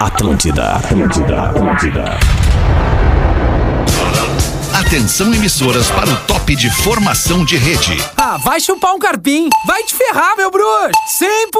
Atlântida, Atlântida, Atlântida. Atenção emissoras para o top de formação de rede. Ah, vai chupar um carpim. Vai te ferrar, meu bruxo.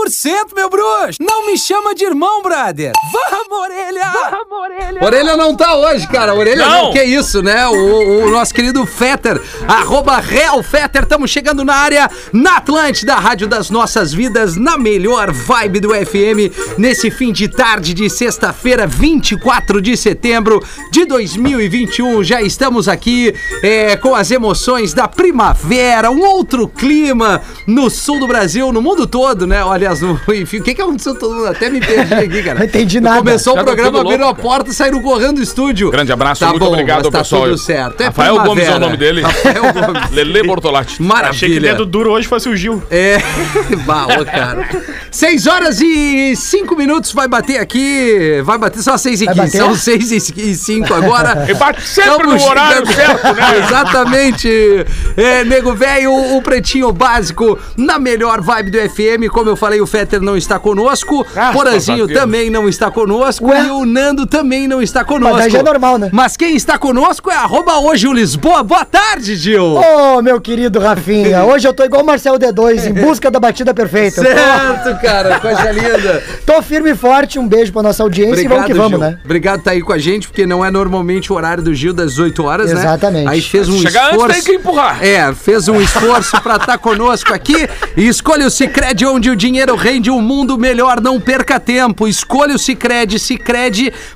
100% meu bruxo. Não me chama de irmão, brother. Vamos, orelha. Vamos, orelha. Orelha não tá hoje, cara. Orelha não. Não. Que isso, né? O, o nosso querido Fetter, arroba Real Fetter. Estamos chegando na área, na Atlântida, Rádio das Nossas Vidas, na melhor vibe do FM, nesse fim de tarde de sexta-feira, 24 de setembro de 2021. Já estamos aqui é, com as emoções da primavera, um outro clima no sul do Brasil, no mundo todo, né? Aliás, no, enfim, o que que aconteceu todo mundo? Até me perdi aqui, cara. Não entendi nada. Começou Já o tô programa, tudo louco, abriram a cara. porta e saíram correndo do estúdio. Grande abraço, Tá muito bom, obrigado, mas tá pessoal. tudo certo. É Rafael Gomes é o primavera. nome dele. Rafael Gomes. Lele Bortolatti. Achei que Maravilha. dedo duro hoje fosse o Gil. É, baú, cara. 6 horas e 5 minutos vai bater aqui. Vai bater só 6 e Vai 15. bater? São 6 e 5 agora. E bate sempre Tamo no horário chegando- certo, né? Exatamente. É, nego velho, o pretinho básico na melhor vibe do FM. Como eu falei, o Fetter não está conosco. Graças Porazinho a Deus. também não está conosco. Ué? E o Nando também não está conosco. daí já é normal, né? Mas quem está conosco é arroba hoje o Lisboa. Boa tarde, Gil. Ô, meu querido Rafinha, hoje eu tô igual o Marcel D2, em busca da batida perfeita. Certo, cara, coisa linda. Tô firme e forte, um beijo pra nossa audiência e vamos que vamos, Gil. né? Obrigado por tá aí com a gente, porque não é normalmente o horário do Gil das 18 horas, né? Exatamente. Aí fez um Chegar antes, esforço. tem que empurrar. É, fez um esforço pra estar conosco aqui. E escolha o Cicred, onde o dinheiro rende um mundo melhor. Não perca tempo. Escolha o Cicred,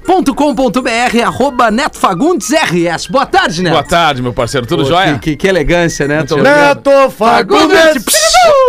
cicred.com.br, arroba Neto Fagundes RS. Boa tarde, Neto. Boa tarde, meu parceiro. Tudo Pô, jóia? Que, que- que elegância, né? Muito Neto Fagundes!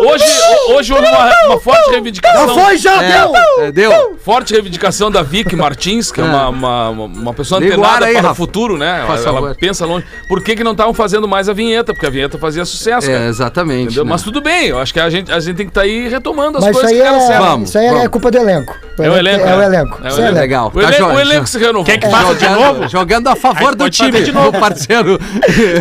Hoje, ho- hoje houve uma, uma forte reivindicação. Não foi, já deu! É, é, deu. Forte reivindicação da Vicky Martins, que é uma, uma, uma pessoa Liga o ar antenada aí, para Rafa. o futuro, né? Faz ela favor. pensa longe. Por que, que não estavam fazendo mais a vinheta? Porque a vinheta fazia sucesso, É, cara. exatamente. Entendeu? né? Mas tudo bem, eu acho que a gente, a gente tem que estar aí retomando as Mas isso coisas aí, que deram é, certo. Vamos, isso aí vamos. é culpa do elenco. É o elenco. É o né? elenco. Isso é elenco. elenco. Legal, O tá elenco, jóia, o elenco já. se renovou. Quer é que faça de novo? É. jogando a favor Aí do pode fazer time, de novo. do parceiro.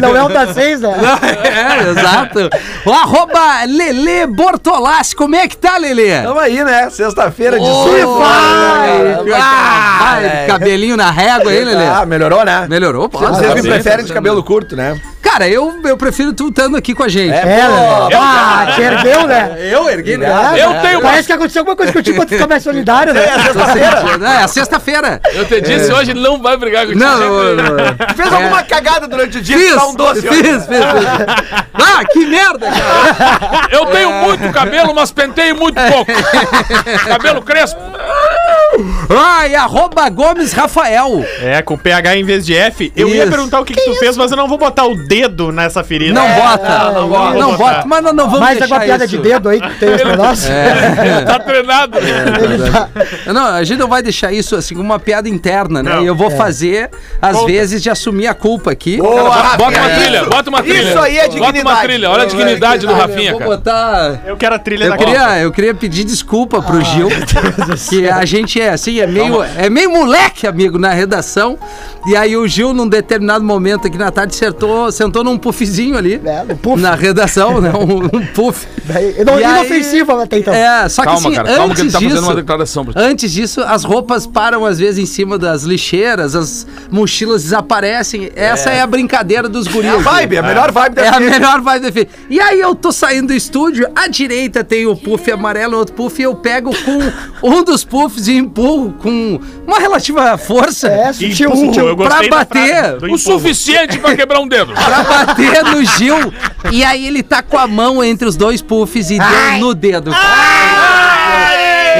Não é o das seis, né? é, exato. O arroba Lele Bortolassi, como é que tá, Lele? Tamo aí, né? Sexta-feira, Oi, 18. vai, vai, cabelinho na régua aí, Lelê. Ah, melhorou, né? Melhorou, pode. Tá Vocês me Parabéns. preferem de cabelo curto, né? Cara, eu, eu prefiro tu estando aqui com a gente. É, né? Ah, te ergueu, né? Eu ergui, né? Ah, Eu né? tenho uma- Parece que aconteceu alguma coisa contigo quando tu ficar mais solidário, né? Tô sentindo. É, é sexta-feira. Eu te disse, hoje ele não vai brigar com É. Não, não, não, não. É. Fez alguma cagada durante o dia Fiz, que dá um doce, ó. fiz, fiz, fiz. Ah, que merda, cara. Eu tenho É. muito cabelo, mas penteio muito pouco. cabelo crespo. Ai, arroba Gomes Rafael. É, com PH em vez de F. Eu ia Isso. perguntar o que, que tu fez, mas eu não vou botar o dedo nessa ferida. Não bota. não, Não não bota. bota. mas nós não vamos Mais deixar alguma piada isso. É. de dedo aí que tem pra nós. Ele tá treinado. tá. Não, a gente não vai deixar isso assim como uma piada interna, né? Não. E eu É. vou fazer, às vezes, de assumir a culpa aqui. Boa, Bota uma É. Rafinha. trilha, bota uma trilha. Isso aí é Bota uma dignidade. É. trilha, olha a dignidade do Ah, Rafinha, eu vou cara. botar. Eu quero a trilha Eu da queria, eu queria pedir desculpa Ah, pro Gil, que a gente é assim, é meio, é meio moleque, amigo, na redação. E aí o Gil, num determinado momento aqui na tarde, sentou, sentou num puffzinho ali. É, um puff. Na redação, né? Um, um puff. Daí- não, E aí- inofensiva até então. É, só que Calma, assim, cara, calma que ele antes tá fazendo disso- uma declaração pra ti. Antes disso, as roupas param às vezes em cima das lixeiras, as mochilas desaparecem. Essa é, a brincadeira dos É guris. A vibe, a melhor vibe da É a melhor vibe do filme. E aí eu tô saindo do estúdio, à direita tem o puff amarelo, outro puff, e eu pego com um dos puffs e empurro com uma relativa força É, sutil, Empurro, sutil. eu gostei pra da bater. frase do O empurro. suficiente pra quebrar um dedo. pra bater no Gil. E aí ele tá com a mão entre os dois puffs e deu no dedo.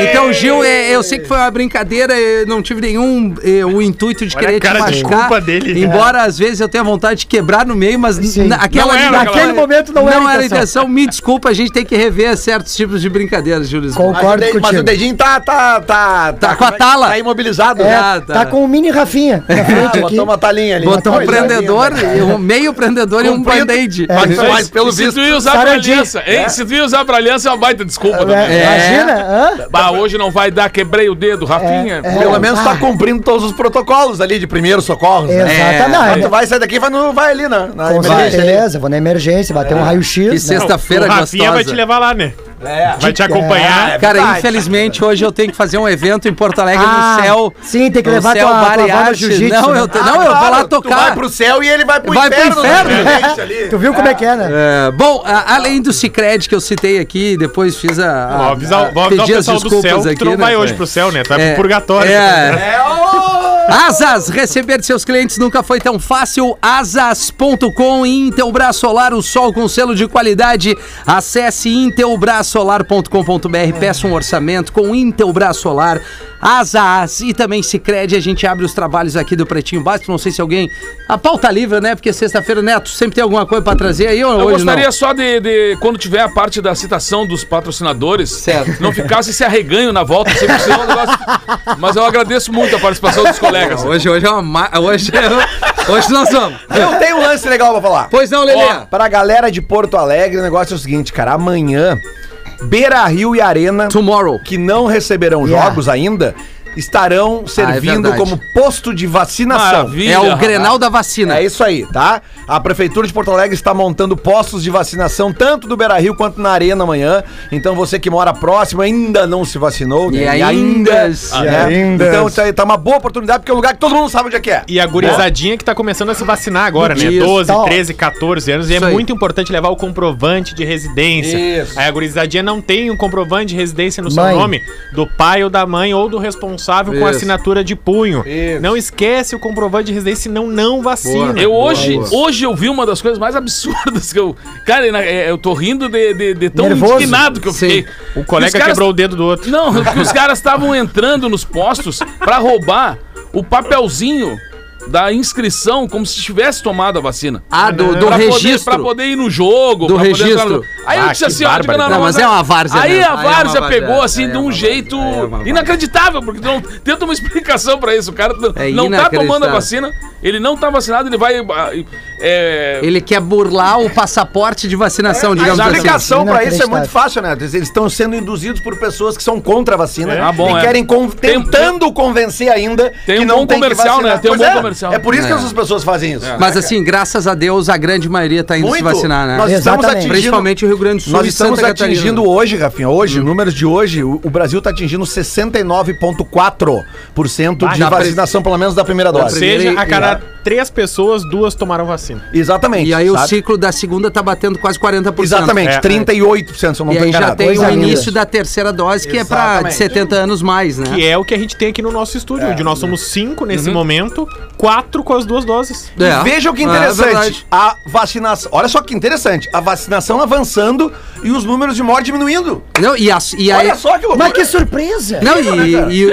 Então, Gil, é, eu sei que foi uma brincadeira, eu não tive nenhum é, o intuito de Olha querer a cara te de machucar. culpa dele. Embora às vezes eu tenha vontade de quebrar no meio, mas Sim. na- aquela, Não era naquele aquela- momento não era a era a intenção. intenção. Me desculpa, a gente tem que rever certos tipos de brincadeiras, Júlio. Lisboa. Concordo. Mas o de- Mas contigo. o dedinho tá. Tá, tá, Tá com a tala. Tá imobilizado, É, né? Ah, tá. tá com o mini Rafinha na frente Ah, aqui. botou uma talinha ali. né? Botou um Uma coisa prendedor, linda, cara. e um meio prendedor e um Comprido. band-aid. É. Mas, isso mas pelo se visto. tu ia usar pra Sarandinha. aliança, hein? Se tu ia usar pra aliança, é uma baita desculpa também. né? É, Imagina, Tá hã? Bah, hoje não vai dar, quebrei o dedo, Rafinha. É. É. Pelo menos Ah. tá cumprindo todos os protocolos ali de primeiro socorro. né? Aí Exatamente. tu vai sair daqui e vai, no- vai ali, né? Na Com emergência ali. É. certeza, vou na emergência, bater um Que raio-x. né? sexta-feira O Rafinha vai te gostosa. levar lá, né? Vai te acompanhar. É, Cara, infelizmente hoje eu tenho que fazer um evento em Porto Alegre Ah, no céu. sim, tem que no levar céu tua- tua Bariarte. avó no jiu-jitsu, Não, né? eu, te- não, eu vou lá Tu vai tocar. pro céu e ele vai pro Vai pro inferno. inferno. né, gente, ali. Tu viu como é que é, né? É, bom, a- além do Cicred que eu citei aqui, depois fiz a. a- Vou avisar, vou avisar o pedi Ah, as pessoal do desculpas céu que tu não né, vai hoje cara? pro céu, né? Tu vai É, pro purgatório. É. Asas, receber de seus clientes nunca foi tão fácil. Asas.com e Intelbras Solar, o sol com selo de qualidade. Acesse intelbrasolar.com.br, peça um orçamento com Intelbras Solar, Asas e também Sicredi. A gente abre os trabalhos aqui do Pretinho Básico. Não sei se alguém. A pauta livre, né? Porque sexta-feira, Neto, sempre tem alguma coisa pra trazer aí ou Eu hoje gostaria não? só de, de, quando tiver a parte da citação dos patrocinadores, Certo. não ficasse esse arreganho na volta, sempre precisa um negócio. Mas eu agradeço muito a participação dos colegas. Hoje, hoje é uma. ma- Hoje, é- hoje nós vamos. Eu tenho um lance legal pra falar. Pois não, Lelê. Ó, pra galera de Porto Alegre, o negócio é o seguinte, cara. Amanhã, Beira Rio e Arena, Tomorrow. que não receberão Yeah. jogos ainda, estarão servindo verdade. como posto de vacinação. Maravilha. É o rapaz. Grenal da vacina. É isso aí, tá? A Prefeitura de Porto Alegre está montando postos de vacinação, tanto do Beira Rio quanto na Arena amanhã. Então você que mora próximo ainda não se vacinou. E né? ainda- né? e ainda- Então isso aí tá uma boa oportunidade, porque é um lugar que todo mundo sabe onde é que é. E a gurizadinha que tá começando a se vacinar agora, né? Isso. 12, Tá. 13, 14 anos. E é Isso aí. muito importante levar o comprovante de residência. Isso. Aí a gurizadinha não tem um comprovante de residência no Mãe. seu nome, do pai ou da mãe, ou do responsável com Isso. assinatura de punho. Isso. Não esquece o comprovante de residência, senão não vacina. Eu hoje, hoje eu vi uma das coisas mais absurdas que eu. Cara, na- é, eu tô rindo de, de- de tão Nervoso. indignado que eu Sim. fiquei. O colega Os caras- quebrou o dedo do outro. Não, porque os caras estavam entrando nos postos pra roubar o papelzinho da inscrição, como se tivesse tomado a vacina. Ah, do, do pra Poder, registro. pra poder ir no jogo. Do pra poder entrar registro. no- Aí eu Ah, disse assim, que ó, digo, bárbaro. Não, mas é uma várzea Aí mesmo. a Aí é uma várzea várzea, pegou assim aí é de uma um várzea, jeito aí é uma várzea. inacreditável, porque não tenta uma explicação pra isso. O cara não- É não tá tomando a inacreditável. vacina, ele não tá vacinado, ele vai. ah, É, Ele quer burlar o passaporte de vacinação, A digamos assim. explicação pra isso é Inacreditável. muito fácil, né? Eles estão sendo induzidos por pessoas que são contra a vacina É. Ah, bom, e é. querem con- Tem- tentando convencer ainda tem que um não bom tem comercial, que vacinar. né? Tem um Pois bom é, comercial. É por isso que É. essas pessoas fazem isso. Mas assim, graças a Deus, a grande maioria tá indo se vacinar, né? Nós estamos Exatamente. atingindo... Principalmente o Rio Grande do Sul Nós e estamos Santa Catarina. Hum. atingindo hoje, Rafinha, hoje, números de hoje, o, o Brasil está atingindo 69,4% de Da pre- vacinação, pelo menos da primeira Da Ou dose. pre- seja, primeira a e- cada três pessoas, duas tomaram vacina. Exatamente. E aí o sabe? ciclo da segunda tá batendo quase 40%. Exatamente, É. 38%, se eu não E estou aí já enganado. é. tem um o Coisa linda. início da terceira dose, que é pra de Exatamente. 70 anos mais, né? Que é o que a gente tem aqui no nosso estúdio, onde nós somos cinco nesse momento, quatro com as duas doses. É. Veja o que É, é interessante. verdade. a vacinação. Olha só que interessante. A vacinação avançando e os números de morte diminuindo. Não, e, as- e aí... Olha só que loucura. Mas que surpresa! Não, e, Né,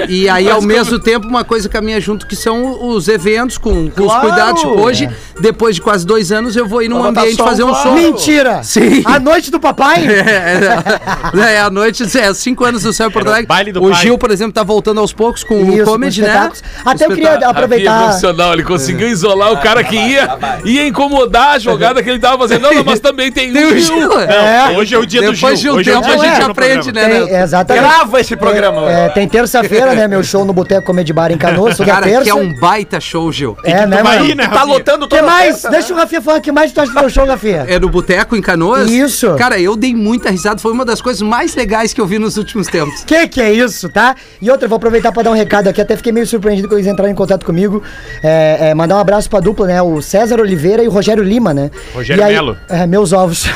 e- e aí ao mesmo tempo uma coisa caminha junto que são os eventos com, com os Claro. cuidados. Tipo, hoje, É. depois de quase dois anos, eu vou ir num Vou botar ambiente som, fazer um claro. som. Mentira! Sim. A noite do papai? É, é, é, à noite, é, cinco anos do céu em Porto Era o Alegre. baile do o pai. Gil, por exemplo, tá voltando aos poucos com Um Isso, o com comedy, né? espetáculos. Até eu queria Rafinha é aproveitar. profissional, ele conseguiu isolar o cara que ia, ia incomodar a jogada que ele tava fazendo. Não, não, mas também tem Tem o um- Gil. Não, Né, É. hoje é o dia Depois do de Gil. um hoje é o tempo dia a do gente Gil no aprende, né? programa. Neto? Tem, exatamente. Grava esse programa. É, é, tem terça-feira, né? Meu show no Boteco Comedy Bar em Canoas. toda Cara, terça. que é um baita show, Gil. É, né, Vai mano? aí, né, Tá Rafinha? lotando O que toda mais? festa, né? Deixa o Rafinha falar. O que mais tu acha do meu show, Rafinha? É no Boteco, em Canoas? Isso. Cara, eu dei muita risada. Foi uma das coisas mais legais que eu vi nos últimos tempos. Que que é isso, tá? E outra, eu vou aproveitar pra dar um recado aqui. Até fiquei meio surpreendido que eles entraram em contato comigo. É, é, mandar um abraço pra dupla, né? O César Oliveira e o Rogério Lima, né? Rogério E aí- Melo. É, meus ovos.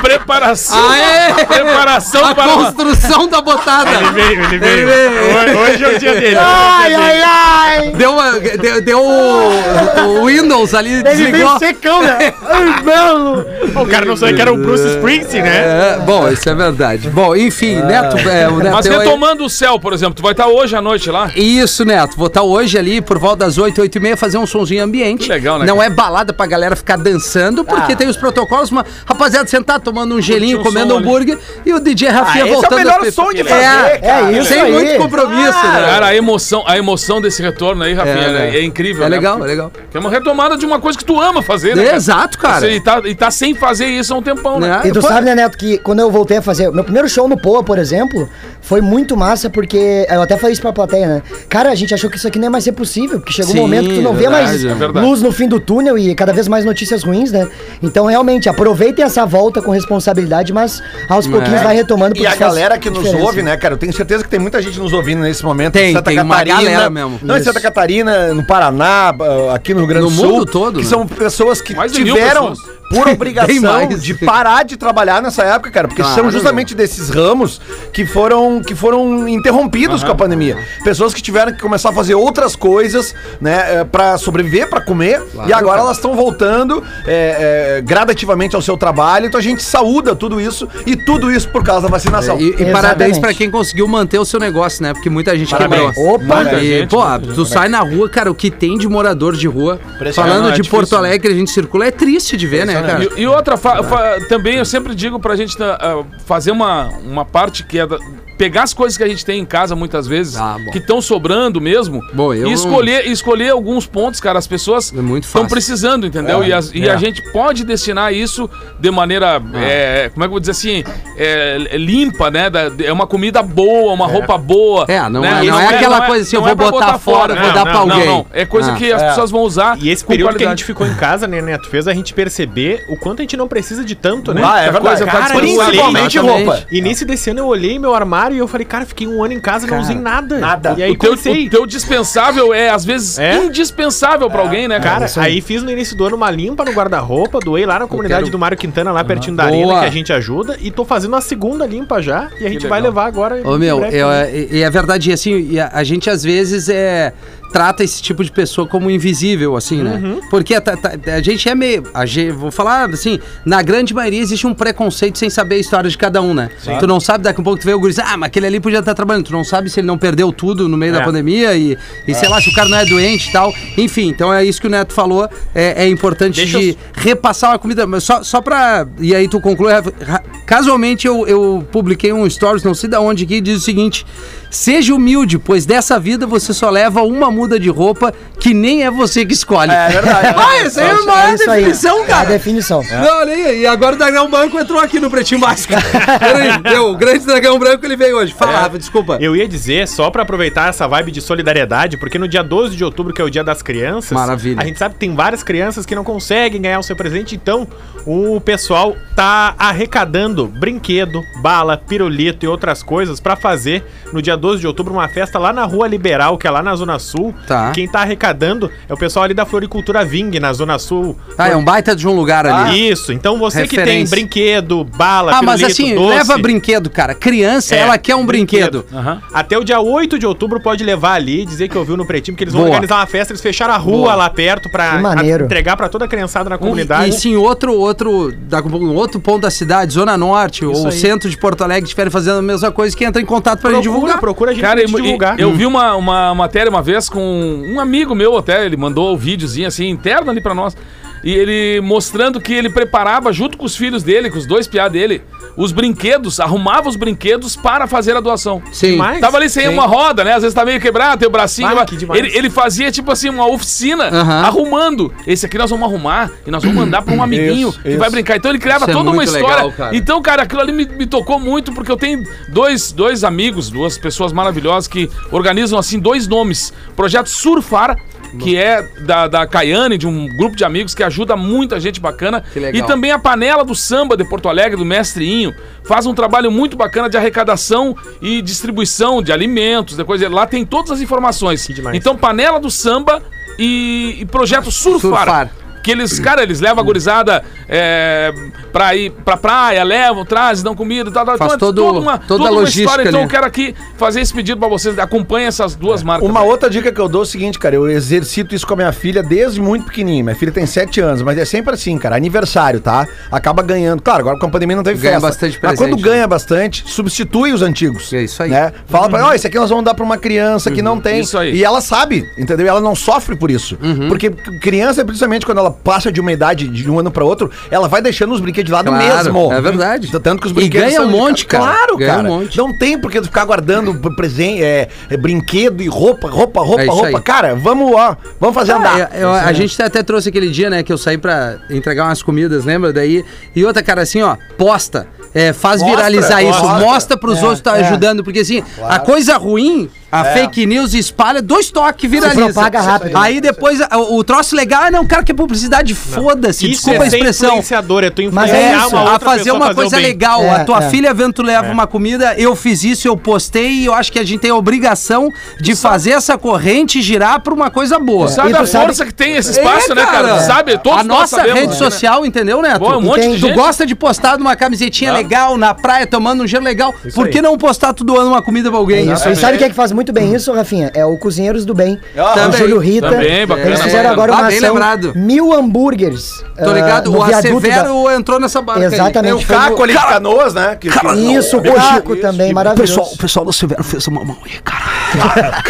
Preparação. Aê! Preparação Ah, é? A para construção da botada. Ele veio, ele veio. veio. Ho- Hoje é o dia dele. ai, ai, ai! Deu, uma- deu, deu o, o Windows ali, Ele desligou. veio secão, né? Ai, Melo! O cara não sabia que era o Bruce Springsteen, né? É, bom, isso é verdade. Bom, enfim, Neto... É, o Neto Ah. Mas eu- retomando o céu, por exemplo, tu vai estar hoje à noite lá? Isso, Neto. Vou estar hoje ali por volta das 8, 8 e meia, fazer um sonzinho ambiente. Que legal, né, Não cara? Ah. é balada pra galera ficar dançando, porque tem os protocolos, mas rapaziada, sentar tomando um gelinho, o comendo som hambúrguer e o DJ Rafinha esse é o voltando. melhor a- som de É, fazer, cara. É, É isso isso Sem aí. muito compromisso, né? Ah, Cara, a emoção, a emoção desse retorno aí, Rafinha, é, é incrível. É né? legal, é Porque legal. É uma retomada de uma coisa que tu ama fazer, né? É, exato, cara. Você- e, tá, e tá sem fazer isso há um tempão, né? Né? E tu Pô, sabe, né, Neto, que quando eu voltei a fazer. Meu primeiro show no Poa, por exemplo, foi muito massa, porque. Eu até falei isso pra plateia, né? Cara, a gente achou que isso aqui nem mais ser possível, porque chegou Sim, um momento que tu não verdade, vê é mais verdade. luz no fim do túnel e cada vez mais notícias ruins, né? Então, realmente, aproveitem essa volta com responsabilidade, mas aos pouquinhos vai retomando E a isso faz galera que nos diferença. ouve, né, cara? Eu tenho certeza que tem muita gente nos ouvindo nesse momento. Tem, tem uma galera mesmo. Não, em Santa Isso. Catarina, no Paraná, ah, aqui no Rio Grande do No Sul. mundo todo, Que né? são pessoas que Mais de mil tiveram pessoas. por obrigação mais. de parar de trabalhar nessa época, cara. Porque Claro. são justamente desses ramos que foram, que foram interrompidos com a pandemia. Pessoas que tiveram que começar a fazer outras coisas, né, eh, pra sobreviver, pra comer. e agora elas estão voltando eh, eh, gradativamente ao seu trabalho. Então a gente saúda tudo isso e tudo isso por causa da vacinação. É, E, e parabéns Exatamente. pra quem conseguiu manter o seu negócio, né? Porque muita gente Parabéns. quebrou. Opa! E, pô, tu sai na rua, cara, o que tem de morador de rua. Impressionante. Falando É de difícil, Porto né? Alegre, a gente circula, é triste de ver, né, cara? E, e outra, fa- fa- também eu sempre digo pra gente tá, ah, fazer uma, uma parte que é da- pegar as coisas que a gente tem em casa muitas vezes, Ah, bom. que estão sobrando mesmo, Bom, eu e não- escolher, e escolher alguns pontos, cara. As pessoas É muito estão fácil. É, precisando, entendeu? e as- e a gente pode destinar isso de maneira, Ah. é, como é que eu vou dizer assim, é, limpa, né? Da- é uma comida boa, uma roupa boa. É, não né? é- E não é aquela coisa assim, eu não vou pra botar fora, vou dar pra alguém. É coisa Ah. que as pessoas vão usar E esse com período que a qualidade. gente ficou em casa, né, Neto, fez a gente perceber o quanto a gente não precisa de tanto, né? Ah, é Muita verdade. coisa, cara, eu olhei- principalmente exatamente. roupa. Início desse ano eu olhei meu armário e eu falei, cara, fiquei um ano em casa e não usei nada. nada. E aí o, teu, comecei. o teu dispensável é, às vezes, É? indispensável pra alguém, É, né, Cara, cara? aí fiz no início do ano uma limpa no guarda-roupa, doei lá na comunidade quero- do Mário Quintana, lá pertinho da arena, Boa. que a gente ajuda, e tô fazendo a segunda limpa já, e a gente vai legal. levar agora. Ô, em meu, breve. eu- e e é verdade, e assim, e a, a gente às vezes é, trata esse tipo de pessoa como invisível, assim, Uhum. né? Porque tá- tá- a, gente é meio. a gen- vou falar assim, na grande maioria existe um preconceito sem saber a história de cada um, né? Tu não sabe, daqui a pouco tu vê o guri, ah, mas aquele ali podia estar trabalhando. Tu não sabe se ele não perdeu tudo no meio É. da pandemia e, e sei lá, se o cara não é doente e tal. Enfim, então é isso que o Neto falou. É, é importante Deixa eu- de repassar uma comida. mas Só, só pra. E aí tu conclui. Rafa, ra- Casualmente eu, eu publiquei um stories, não sei da onde, que diz o seguinte: Seja humilde, pois dessa vida você só leva uma muda de roupa que nem é você que escolhe. É verdade. Ah, essa aí é uma maior isso aí. definição, É a cara. definição. Não, olha aí, e agora o Dragão Branco entrou aqui no Pretinho Básico. Peraí, deu, o grande Dragão Branco ele veio hoje. Fala, Rafa, desculpa. Eu ia dizer, só pra aproveitar essa vibe de solidariedade, porque no dia 12 de outubro, que é o dia das crianças, Maravilha. a gente sabe que tem várias crianças que não conseguem ganhar o seu presente, então o pessoal tá arrecadando brinquedo, bala, pirulito e outras coisas pra fazer no dia 12 de outubro uma festa lá na Rua Liberal, que é lá na Zona Sul. Tá. Quem tá arrecadando é o pessoal ali da Floricultura Ving, na Zona Sul. Ah, é um baita de um lugar ali. Isso, então você que tem Referência. brinquedo, bala, Ah, mas assim, leva brinquedo, cara. Criança, É, ela quer um brinquedo. Aham. até o dia 8 de outubro pode levar ali, dizer que ouviu no Pretinho, porque eles vão Boa. organizar uma festa, eles fecharam a rua Boa. Um, lá perto pra Que maneiro. a- entregar pra toda a criançada na comunidade. E sim, outro, outro, da- um outro ponto da cidade, Zona Norte ou aí. centro de Porto Alegre estiverem fazendo a mesma coisa, que entra em contato pra procura, gente divulgar. procura a gente Cara, pra e- gente e- divulgar. eu vi uma, uma matéria uma vez com um amigo meu até, ele mandou um videozinho assim, interno ali pra nós, e ele mostrando que ele preparava junto com os filhos dele, com os dois piá dele, os brinquedos, arrumava os brinquedos para fazer a doação. Sim. Demais. Tava ali sem Sim. uma roda, né? Às vezes tá meio quebrado, tem o bracinho. Vai, mas que demais. ele, ele fazia tipo assim, uma oficina Aham. arrumando. Esse aqui nós vamos arrumar e nós vamos mandar pra um amiguinho que vai brincar. Então ele criava Isso é toda uma muito história. legal, cara. Então, cara, aquilo ali me, me tocou muito, porque eu tenho dois, dois amigos, duas pessoas maravilhosas que organizam assim dois nomes. Projeto Surfar. Que é da, da Caiane, de um grupo de amigos que ajuda muita gente bacana. Que legal. E também também a panela do samba de Porto Alegre, do Mestrinho, faz um trabalho muito bacana de arrecadação e distribuição de alimentos, de coisa. Lá tem todas as informações. demais. Então, panela do samba e, e projeto Surfar. Surfar. Que eles, cara, eles levam a gurizada é, pra ir pra praia, levam, trazem, dão comida e tal. tal. Faz Então, é todo- toda a logística Então, ali. eu quero aqui fazer esse pedido pra vocês. Acompanhe essas duas marcas. Uma outra dica que eu dou é o seguinte, cara, eu exercito isso com a minha filha desde muito pequenininha. Minha filha tem 7 anos, mas é sempre assim, cara, aniversário, tá? Acaba ganhando. Claro, agora com a pandemia não teve Ganha festa. bastante mas presente, né? quando ganha bastante, substitui os antigos. É isso aí. Uhum. Né? Fala pra ela, ó, esse aqui nós vamos dar pra uma criança que não tem. Isso aí. Uhum. E ela sabe, entendeu? Ela não sofre por isso. Porque criança, principalmente quando ela passa de uma idade de um ano pra outro, ela vai deixando os brinquedos de lado Claro, mesmo. é verdade. T- Tanto que os E brinquedos. ganha são um de- monte, cara. Claro, Ganha um cara. monte. Não tem por que tu ficar guardando presente, é, é, brinquedo e roupa, roupa, roupa, É isso roupa. aí. Cara, vamos, ó, vamos fazer andar. um Ah, eu- eu- é a gente até trouxe aquele dia, né, que eu saí pra entregar umas comidas, lembra? Daí. E outra, cara, assim, ó, posta. É, faz Mostra, viralizar isso, mostra. mostra pros outros que tá é. ajudando, porque assim, a coisa ruim, É. a fake news espalha, dois toques viraliza. propaga né? rápido. Aí depois a- o, o troço legal, ah, não, cara, que é publicidade, foda-se, Isso desculpa a é ser expressão. influenciador, é tu Mas é influenciar isso, uma a outra fazer pessoa uma a fazer o coisa bem. legal. É, a tua é. filha vendo tu leva uma comida, eu fiz isso, eu postei, eu acho que a gente tem a obrigação de fazer essa corrente girar pra uma coisa boa. Sabe E tu a sabe- força que tem esse espaço, É, né, cara? cara. Tu Sabe, todos a nós nossa sabemos, rede né? social, entendeu, Neto? Bom, um monte Tem- de Tu gente. gosta de postar numa camisetinha legal, na praia, tomando um gelo legal. Por que não postar tu doando uma comida pra alguém? É isso. E sabe quem é que faz muito bem isso, Rafinha? É o Cozinheiros do Bem. é o Ah, também. Júlio Rita. Também, bacana, Eles fizeram bacana. agora uma Ah, bem ação, lembrado. mil hambúrgueres. É, Tô ah, ligado, no o é viaduto Acevero entrou nessa barca aí. Tem É Exatamente. o foi no- Caco ali de Canoas, né? Que- que- Isso, o Caco também, maravilhoso. pessoal do Severo fez uma mão aí, cara.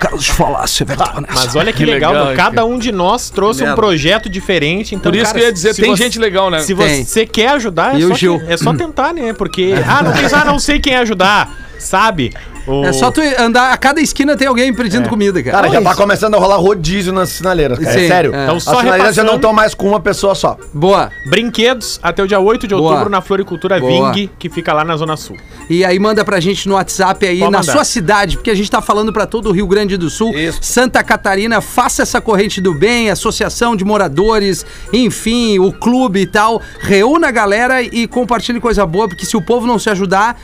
Quero te falar, Severo tava Mas olha que legal, legal, meu, hein, cada um de nós trouxe um merda. projeto diferente. Então, Por isso cara, que eu ia dizer, se tem você- gente legal, né? Se Tem. você quer ajudar, é, E só o Gil. Hum. que- é só tentar, né? Porque, ah, não tem, ah, não sei quem ajudar, sabe? O- É só tu andar, a cada esquina tem alguém É. pedindo comida, cara. Cara, já tá isso. começando a rolar rodízio nas sinaleiras, cara. Sim, é sério. é. Então, As só sinaleiras já repassando. não estão mais com uma pessoa só. Boa. Brinquedos até o dia 8 de Boa. outubro na Floricultura Boa. Ving, que fica lá na Zona Sul. E aí manda pra gente no WhatsApp aí, Pode na mandar. sua cidade, porque a gente tá falando pra todo o Rio Grande do Sul, Santa Catarina, faça essa corrente do bem, associação de moradores, enfim, o clube e tal. Reúna a galera e compartilhe coisa boa, porque se o povo não se ajudar,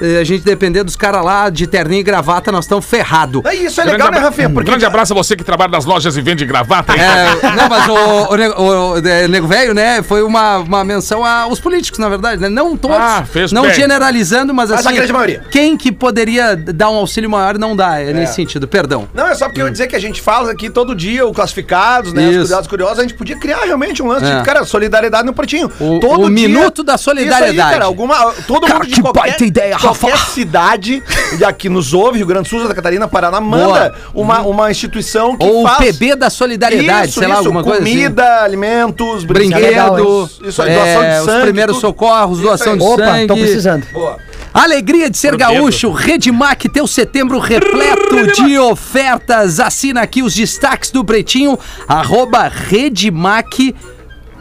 eh, a gente depender dos caras lá de terninho e gravata, nós estamos ferrados. É isso, é Grande legal, né, abra- tá Rafinha? Um Porque grande abraço a você que trabalha nas lojas e vende gravata. hein? É, não, mas o, o, ne- o- o de- Nego Velho, né, foi uma, uma menção aos políticos, na verdade, né? Não todos, Ah, fez não bem. generalizando, mas assim... Mas a grande maioria. Quem que poderia dar um auxílio maior não dá, é nesse sentido, perdão. Não, é só porque eu ia dizer que a gente fala aqui todo dia, o classificados, né? Isso. Os cuidados curiosos, a gente podia criar realmente um lance É. de, cara, solidariedade no pretinho. O- o minuto da solidariedade. Isso aí, cara, alguma, todo Cara, mundo de que qualquer, baita ideia, Rafa. qualquer cidade e aqui nos ouve, Rio Grande do Sul, Santa Catarina, Paraná, manda uma, uma instituição que Ou o faz... PB da solidariedade, isso, sei lá, isso, alguma coisa assim. comida, alimentos, Brinquedo, legal, Isso aí, é, doação de sangue. os primeiros tudo. socorros, doação de Opa, um então sangue. tô precisando. Alegria de ser Prometo. gaúcho, Redmac, teu setembro repleto de ofertas. Assina aqui os destaques do Pretinho, arroba Redmac.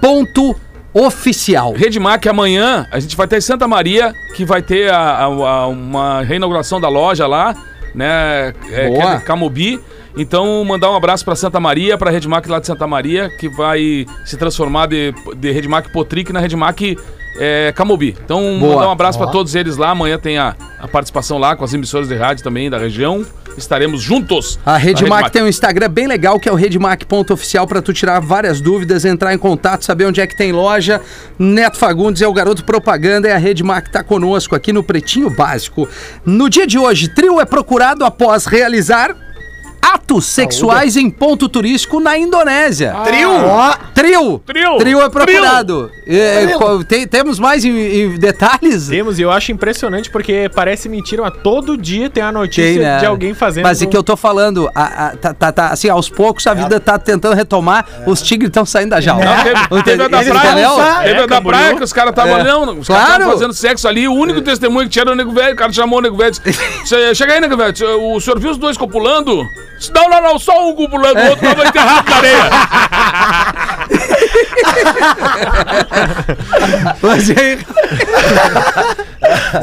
Ponto oficial. Redmac, amanhã a gente vai ter em Santa Maria, que vai ter a- a- a- uma reinauguração da loja lá, né? É, Boa. que é Camobi. Então, mandar um abraço pra Santa Maria, pra Redmac lá de Santa Maria, que vai se transformar de, de Redmac Potric na Redmac é, Camobi. Então, Boa. mandar um abraço pra todos eles lá. Amanhã tem a, a participação lá com as emissoras de rádio também da região. Estaremos juntos. A Redmac Mac tem um Instagram bem legal, que é o redmac.oficial, pra tu tirar várias dúvidas, entrar em contato, saber onde é que tem loja. Neto Fagundes é o garoto propaganda e a Redmac tá conosco aqui no Pretinho Básico. No dia de hoje, trio é procurado após realizar atos sexuais em ponto turístico na Indonésia. Trio? Trio! Trio! é procurado. É, qual- tem- temos mais em, em detalhes? Temos, e eu acho impressionante, porque parece mentira, mas todo dia tem a notícia Tem, né? de alguém fazendo... Mas é que eu tô falando, a- a- tá, tá- tá, assim, aos poucos É. a vida tá tentando retomar, os tigres estão saindo da jaula. Não, teve, teve a da Entendeu? praia, teve a É, da Camboriú. praia que os caras estavam É. olhando, os Claro. É. caras estavam fazendo sexo ali, o único testemunho que tinha era o nego velho, o cara chamou o nego velho, disse, "Che- chega aí, nego velho, o senhor viu os dois copulando? Disse, Não, não, não, só um copulando, o outro tava enterrado na areia. Mas aí-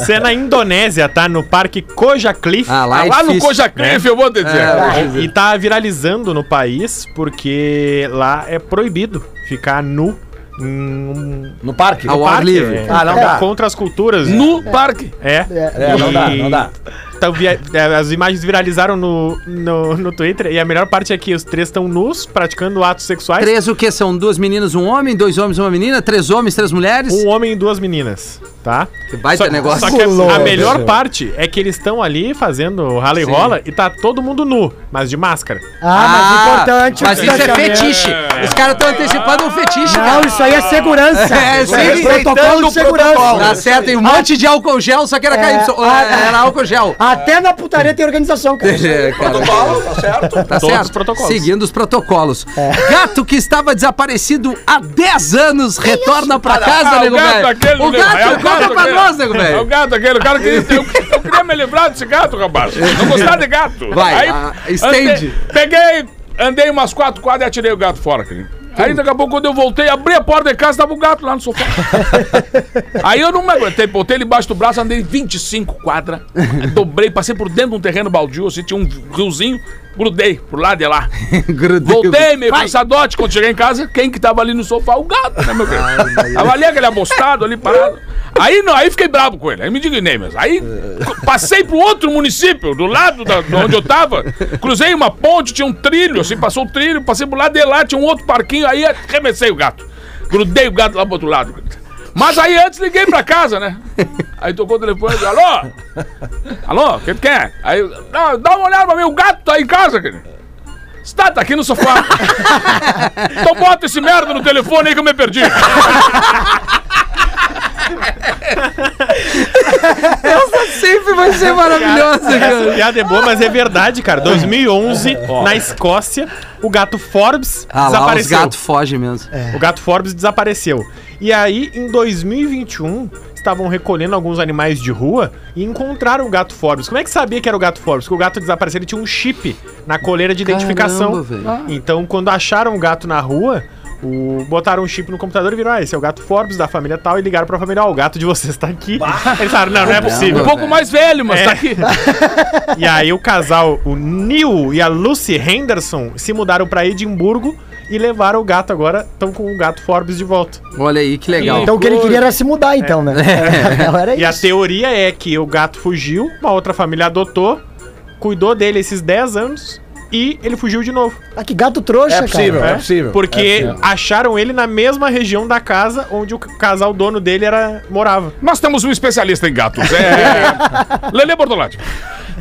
Isso é na Indonésia, tá? No Parque Koja Cliff. Ah, lá é Lá no difícil. Coja Cliff, eu vou te dizer. É. E tá viralizando no país porque lá é proibido ficar nu em- No parque? Ao No ar parque? livre. É, Ah, não é, dá. Contra as culturas. No parque. É. É, não dá, E- não dá. Então, via- é, as imagens viralizaram no, no, no Twitter e a melhor parte é que os três estão nus praticando atos sexuais. Três o que? São duas meninas, um homem, dois homens, uma menina, três homens, três mulheres. Um homem e duas meninas. tá? Que baita só, negócio. Só que a, a Louco. melhor parte é que eles estão ali fazendo rala e rola e tá todo mundo nu, mas de máscara. Ah, mas importante. o Mas isso é distanciamento. fetiche. Os caras estão antecipando um fetiche, Não, cara. isso aí é segurança. É, Isso sim. aí é protocolo Respeitando de o protocolo. Tá segurança. certo, tem um monte de álcool gel, só que era KY. ah, Era álcool gel. Até na putaria tem organização, cara. É, cara. tá certo? Tá Todos certo? os protocolos. Seguindo os protocolos. Gato que estava desaparecido há 10 anos retorna pra casa, Ah, nego velho. aquele, O nego, é gato, conta pra aquele. nós, nego É o velho. gato aquele, o cara que disse, eu, eu queria me livrar desse gato, rapaz. Não gostar de gato. Vai, ah, estende. andei- peguei, andei umas quatro quadras e atirei o gato fora, querido. Aí daqui a pouco, quando eu voltei, abri a porta de casa, tava o gato lá no sofá. Aí eu não me aguentei, botei ele embaixo do braço, andei 25 quadras, dobrei, passei por dentro de um terreno baldio, assim, tinha um riozinho, grudei por lá de lá. Grudei. Voltei meio cansadote quando cheguei em casa. Quem que tava ali no sofá? O gato, né, meu querido? Tava ali aquele abostado ali parado. Aí não, aí fiquei bravo com ele. Aí me indignei mesmo. Aí co- passei pro outro município, do lado da, de onde eu tava. Cruzei uma ponte, tinha um trilho, assim, passou o trilho, passei pro lado de lá, tinha um outro parquinho. Aí arremessei o gato. Grudei o gato lá pro outro lado. Mas aí antes liguei pra casa, né? Aí tocou o telefone, alô? Alô, quem que é? Aí, eu, "Não, dá uma olhada pra mim, o gato tá em casa, querido. Está, tá aqui no sofá. então bota esse merda no telefone aí que eu me perdi. Sempre vai ser maravilhosa, Essa cara. piada é boa, mas é verdade, cara. 2011, na Escócia, o gato Forbes Ah lá, os desapareceu. gatos fogem mesmo. O gato Forbes desapareceu. E aí, em 2021, estavam recolhendo alguns animais de rua e encontraram o gato Forbes. Como é que sabia que era o gato Forbes? Porque o gato desapareceu, ele tinha um chip na coleira de identificação. velho. então, quando acharam o gato na rua, o... botaram um chip no computador e viram, ah, esse é o gato Forbes da família tal, e ligaram pra família, ó, o gato de vocês tá aqui. Eles falaram, não, não é possível. Um pouco mais velho, mas É. tá aqui. E aí o casal, o Neil e a Lucy Henderson, se mudaram pra Edimburgo e levaram o gato agora, estão com o gato Forbes de volta. Olha aí, que legal. Então o que ele queria era se mudar, então, né? É. Não era E a isso. teoria é que o gato fugiu, uma outra família adotou, cuidou dele esses 10 anos e ele fugiu de novo. Ah, que gato trouxa, É possível, cara. é possível. Porque acharam ele na mesma região da casa onde o casal dono dele era morava. Nós temos um especialista em gatos. É. Lelê Bortolatti.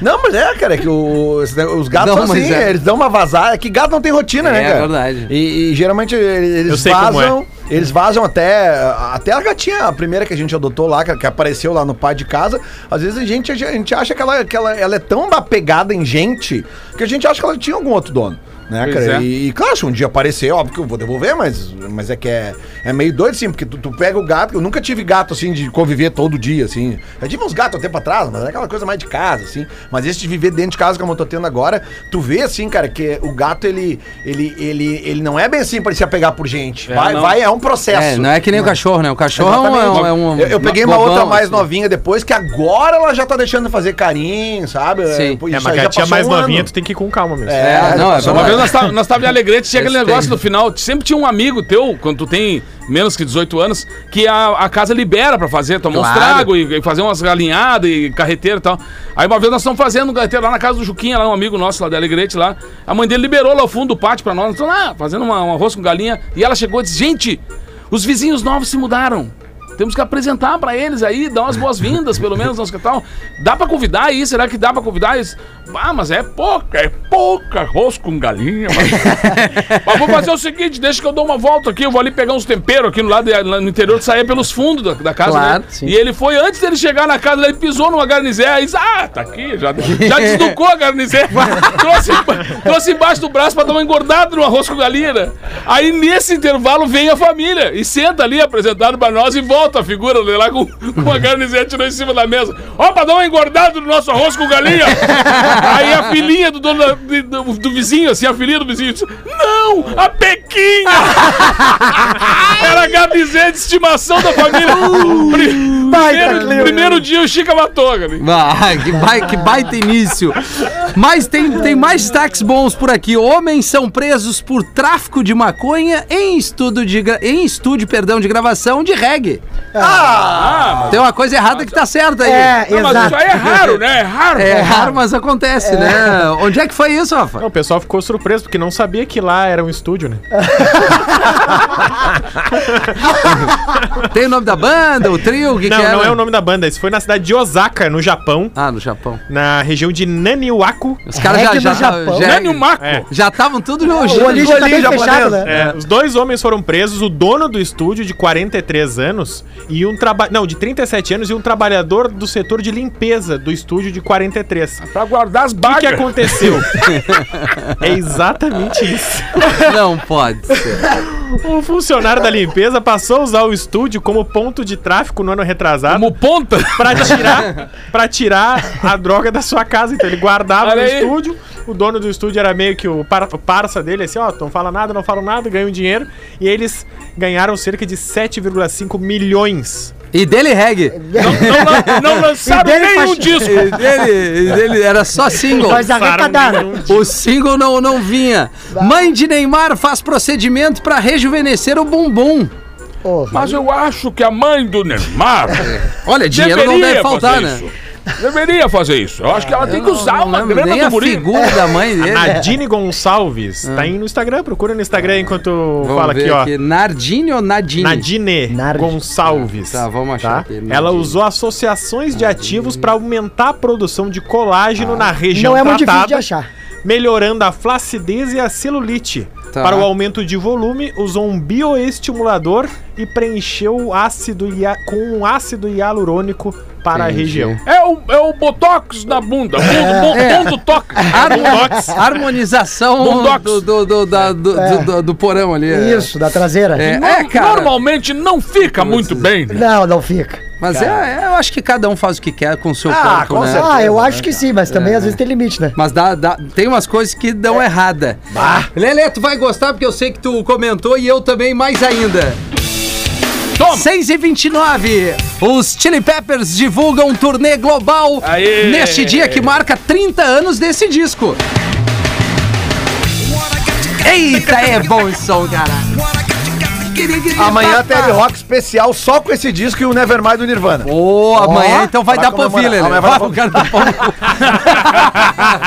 Não, mas é, cara, é que o- esse ne- os gatos Não, são assim, mas é. eles dão uma vazada. É que gato não tem rotina, né, É, cara? verdade. E, e geralmente eles Eu sei como é. vazam. Então, Eles vazam até, até a gatinha, a primeira que a gente adotou lá, que que apareceu lá no pai de casa. Às vezes a gente, a gente acha que, ela, que ela, ela é tão apegada em gente que a gente acha que ela tinha algum outro dono. Né, Pois cara? é. E, e, claro, se um dia aparecer, óbvio que eu vou devolver, mas, mas é que é, é meio doido, sim, porque tu, tu pega o gato. Eu nunca tive gato assim de conviver todo dia, assim. Eu tive uns gatos há tempo atrás, mas era aquela coisa mais de casa, assim. Mas esse de viver dentro de casa, como eu tô tendo agora, tu vê assim, cara, que o gato ele, ele, ele, ele não é bem assim pra ele se apegar por gente. vai, não. vai, é um processo. É, não é que nem o cachorro, né? O cachorro é um- é um, é um- eu, eu peguei uma bobão, outra mais assim. novinha depois, que agora ela já tá deixando de fazer carinho, sabe? Sim. Pô, É, isso mas aí a já tia passou mais um novinha, ano. tu tem que ir com calma mesmo. É, não, é passou um Uma ano. vez nós tá- nós estávamos em Alegrete, tinha aquele Esse negócio tem. do final. Sempre tinha um amigo teu, quando tu tem menos que 18 anos, que a, a casa libera pra fazer, ah, tomar Claro. uns tragos e, e fazer umas galinhadas e carreteiro e tal. Aí uma vez nós estamos fazendo um carreteiro lá na casa do Juquinha, lá um amigo nosso lá da Alegrete lá. A mãe dele liberou lá o fundo do pátio pra nós. Nós estamos lá fazendo uma, um arroz com galinha. E ela chegou e disse: Gente, os vizinhos novos se mudaram. Temos que apresentar pra eles aí, dar umas boas-vindas, pelo menos, nós que tal. Dá pra convidar aí? Será que dá pra convidar isso? Ah, mas é pouca, é pouca arroz com galinha. Mas... mas vou fazer o seguinte, deixa que eu dou uma volta aqui, eu vou ali pegar uns temperos aqui no lado, de- lá no interior, sair pelos fundos da, da casa, Claro, né? sim. E ele foi, antes dele chegar na casa, ele pisou numa garnizé, aí disse, ah, tá aqui, já, já desnucou a garnizé. trouxe, emba- trouxe embaixo do braço pra dar uma engordada no arroz com galinha. né? Aí, nesse intervalo, vem a família e senta ali, apresentado pra nós, e volta a figura dele lá com, com a garnizé tirou em cima da mesa. Ó, pra dar uma engordada no nosso arroz com galinha. aí a filhinha do dono da- de- do, do vizinho, assim, a filhinha do vizinho, disse, não, a pequinha. Era a garnizé de estimação da família. Uh, Pri- primeiro, primeiro dia o Chica matou, cara. Ah, que, bai- que baita início. Mas tem, tem mais destaques bons por aqui. Homens são presos por tráfico de maconha em estudo de gra- em estúdio, perdão, de gravação de reggae. Tem uma coisa errada que tá certa aí. Ah! É, Não, mas exato. isso aí é raro, né? É raro. É raro, mas acontece, né? Onde é que foi isso, Rafa? Não, o pessoal ficou surpreso porque não sabia que lá era um estúdio, né? Tem o nome da banda, o trio, o que não, que era? não é o nome da banda. Isso foi na cidade de Osaka, no Japão, Ah, no Japão. na região de Naniwaku. Os caras Reggae já do já Japão. já Nani Maco. É. já estavam tudo no O olho já tá bem japonês. fechado, né? É, Os dois homens foram presos, o dono do estúdio de 43 anos e um trabalho, não, de 37 anos e um trabalhador do setor de limpeza do estúdio de 43. Pra guardar as O que bagas. aconteceu? é exatamente isso. Não pode ser. Um funcionário da limpeza passou a usar o estúdio como ponto de tráfico no ano retrasado. Como ponta. Pra Né? tirar, pra tirar a droga da sua casa. Então ele guardava Olha no aí. estúdio. O dono do estúdio era meio que o, par, o parça dele, assim, ó, não fala nada, não fala nada, ganham dinheiro. E eles ganharam cerca de 7,5 milhões. E dele é reggae. Não, não, não lançaram E dele nenhum faz- um disco. E dele, e dele era só single. Mas tá arrecadaram. Lançaram nenhum. O single não, não vinha. Mãe de Neymar faz procedimento pra rejuvenescer o bumbum. Ô, Mas eu acho que a mãe do Neymar Olha, dinheiro não deve faltar, fazer né? isso. Deveria fazer isso. Eu acho que ela tem que Eu usar não uma lembro grana nem do a guri. figura da mãe É. dele. Nadine Gonçalves tá aí no Instagram, procura no Instagram enquanto Ah. Vamos fala aqui, ver ó. Nardini ou Nadine? Nadine Nardi. Gonçalves. Tá, vamos achar aqui, Nadine. Ela usou associações de ativos para aumentar a produção de colágeno na região Não é muito difícil de tratada, achar. melhorando a flacidez e a celulite. Tá. Para o aumento de volume, usou um bioestimulador e preencheu o ácido hia- com um ácido hialurônico para Entendi. a região. É o, é o botox na bunda. Bundo, bu- É. bundo toque. Harmo- Harmonização Bundox. do, do, do, da- do, do- do- do porão ali. é. Isso, da traseira. É, é, cara. Normalmente não fica muito bem. né? Não, não fica. Mas é, é, eu acho que cada um faz o que quer com o seu Ah, corpo, com né? certeza. Ah, eu acho que sim, mas É. também às vezes tem limite, né? Mas dá, dá- tem umas coisas que dão É. errada. Lelê, tu vai gostar porque eu sei que tu comentou e eu também mais ainda. Toma. 6 e 29 Os Chili Peppers divulgam um turnê global Aê. neste dia que marca 30 anos desse disco. Eita, é bom esse som, cara. Amanhã teve rock especial só com esse disco e o Nevermind do Nirvana. Ô, amanhã Ó, então vai, vai dar pro comemorar. Vila, né? Amanhã vai dar Vai, o cara tá pau-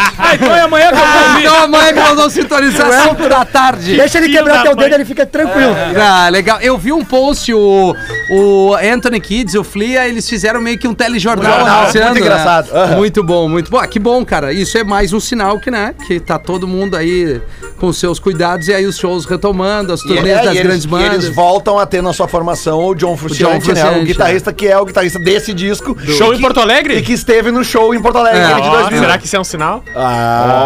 Ah, então é amanhã que eu vou ouvir. Então amanhã que nós vamos sintonizar é? 5 da tarde. Deixa ele filho quebrar da teu mãe. dedo, ele fica tranquilo. Ah, legal. Eu vi um post, o, o Anthony Kids, o Flia, eles fizeram meio que um telejornal Jornal, anunciando. muito engraçado. Né? Aham. Muito bom, muito bom. Ah, que bom, cara. Isso é mais um sinal que, né, que tá todo mundo aí com seus cuidados e aí os shows retomando, as E, turnês é, das e grandes eles, e bandas. eles voltam a ter na sua formação o John Frusciante, né? Frusciante, O guitarrista que é o guitarrista desse disco. Show que- em Porto Alegre? E que esteve no show em Porto Alegre É. aquele de Ó, 2000. será que isso é um sinal?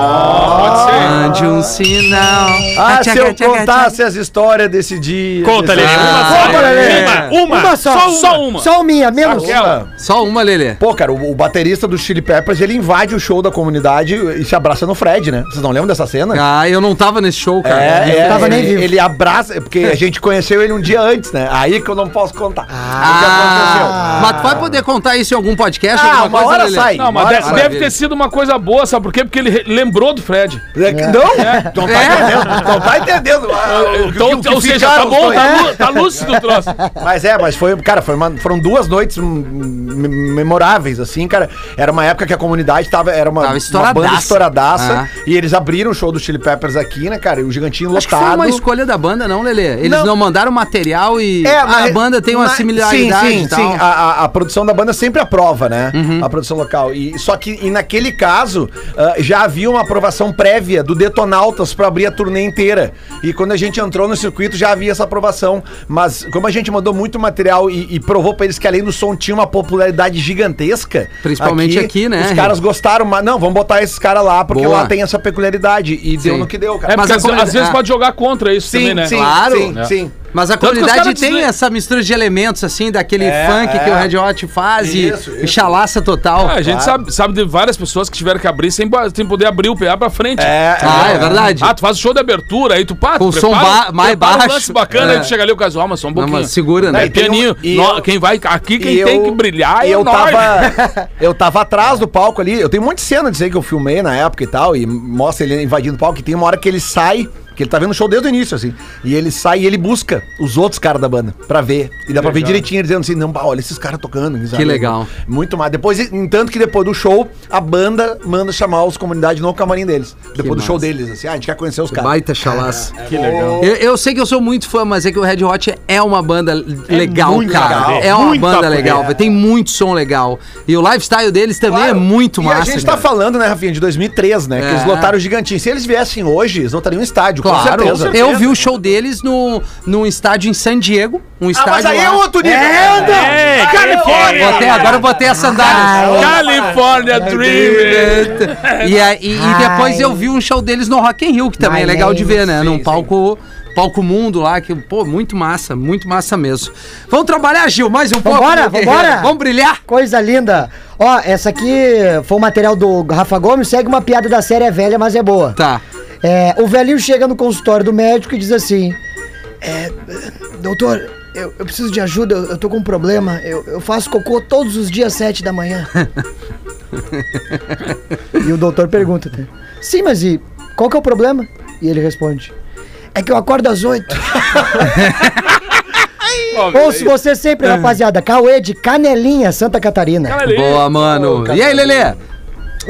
Ah, Mande um sinal. Ah, se tchaca, tchaca, eu tchaca. contasse as histórias desse dia... Conta, desse- Lelê. Uma Ah, só. Conta, Lelê. Uma, uma, Uma só, só. só uma. Só o minha, menos. Aquela. Só uma, Lelê. Pô, cara, o, o baterista do Chili Peppers, ele invade o show da comunidade e se abraça no Fred, né? Vocês não lembram dessa cena? Ah, eu não tava nesse show, cara. É, Não é, tava ele, nem vivo. ele abraça, porque a gente conheceu ele um dia antes, né? Aí que eu não posso contar. Ah, o que aconteceu. mas tu vai poder contar isso em algum podcast? Ah, alguma uma coisa, hora Lelê? sai. Não, mas Bora, de- deve, é maravilha. ter sido uma coisa boa, sabe por quê? Porque ele re- lembrou do Fred. É que- Não, não tá entendendo. Não tá entendendo. ah, o que- Então, o que ou seja, tá ficaram os bom, dois. É. tá, lú- tá lúcido o troço. Mas é, mas foi, cara, foi uma- foram duas noites hum, me- memoráveis, assim, cara. Era uma época que a comunidade tava, era uma, Tava uma estouradaça. banda estouradaça. Ah. E eles abriram o show do Chili Peppers aqui, né, cara? E o Gigantinho Acho que foi lotado. uma escolha da banda, não, Lelê? Eles não, Não. mandaram material e É, Ah, na- a banda tem uma na- similaridade Sim, sim, e tal. Uhum. sim. Ah, A, a- a produção da banda sempre aprova, né? A produção local. E, só que e naquele caso, ah, já havia uma aprovação prévia do Detonautas pra abrir a turnê inteira. E quando a gente entrou no circuito, já havia essa aprovação. Mas como a gente mandou muito material e, e provou pra eles que além do som tinha uma popularidade gigantesca. Principalmente aqui, né? Os caras gostaram, mas não, vamos botar esses caras lá, porque Boa. lá tem essa peculiaridade. E deu Sim. no que deu, É cara. Mas porque a às, comunidade- às vezes ah. pode jogar contra isso também, né? Claro. sim, sim. Mas a Tanto que os comunidade caras tem dizem- essa mistura de elementos, assim, daquele É, funk que é. o Red Hot faz e- Isso, e isso. chalaça total. Ah, a gente sabe, sabe de várias pessoas que tiveram que abrir sem, ba- sem poder abrir o PA pra frente. É, Ah, é verdade. Ah, tu faz o show de abertura, aí tu pá, Com tu som prepara- ba- mais prepara baixo. Um lance bacana, É. aí tu chega ali o casual, mas só um Não, pouquinho. mas segura, né? É, pianinho. E tem um- e Nó- eu- quem vai aqui, quem E tem eu- que brilhar e é eu nós. tava eu tava atrás do palco ali eu tenho um monte de cena de aí que eu filmei na época e tal e mostra ele invadindo o palco e tem uma hora que ele sai que Porque ele tá vendo o show desde o início, assim. E ele sai e ele busca os outros caras da banda pra ver. E dá pra ver direitinho ele dizendo assim: não, bah, olha esses caras tocando. eles Que legal. Muito mais. Depois, entanto que depois do show, a banda manda chamar os comunidades no camarim deles. depois do massa. show deles, assim, ah, a gente quer conhecer os caras. Baita chalaça. Que legal. Eu, eu sei que eu sou muito fã, mas é que o Red Hot é uma banda legal, muito cara. legal. É uma Muita banda coisa. legal, velho. tem muito som legal. E o lifestyle deles também Claro. é muito e massa. a gente tá cara. falando, né, Rafinha, de 2003, né? Que eles É. lotaram gigantinho. Se eles viessem hoje, eles lotariam um estádio, Claro, com certeza. eu vi o show deles no, num estádio em San Diego, um Ah, estádio mas aí lá. é outro nível. É, não. É, Califórnia! Botei, agora eu botei as sandálias. California né? Dreaming! E, aí- e, e depois eu vi um show deles no Rock in Rio, que também é Mas legal de ver, nem né? Num palco, palco mundo lá, que, pô, muito massa, muito massa mesmo. Vamos trabalhar, Gil, mais um pouco. Vambora, meu guerreiro. vambora. Vamos brilhar. Coisa linda. Ó, essa aqui foi o material do Rafa Gomes. Segue uma piada da série é velha, mas é boa. Tá. É, o velhinho chega no consultório do médico e diz assim: "É, Doutor, eu, eu preciso de ajuda, eu, eu tô com um problema. Eu, eu faço cocô todos os dias, sete da manhã. e o doutor pergunta: né, Sim, mas e qual que é o problema? E ele responde: É que eu acordo às oito. Ouço você sempre, rapaziada. Cauê de Canelinha, Santa Catarina. Boa, mano. e aí, Lelê?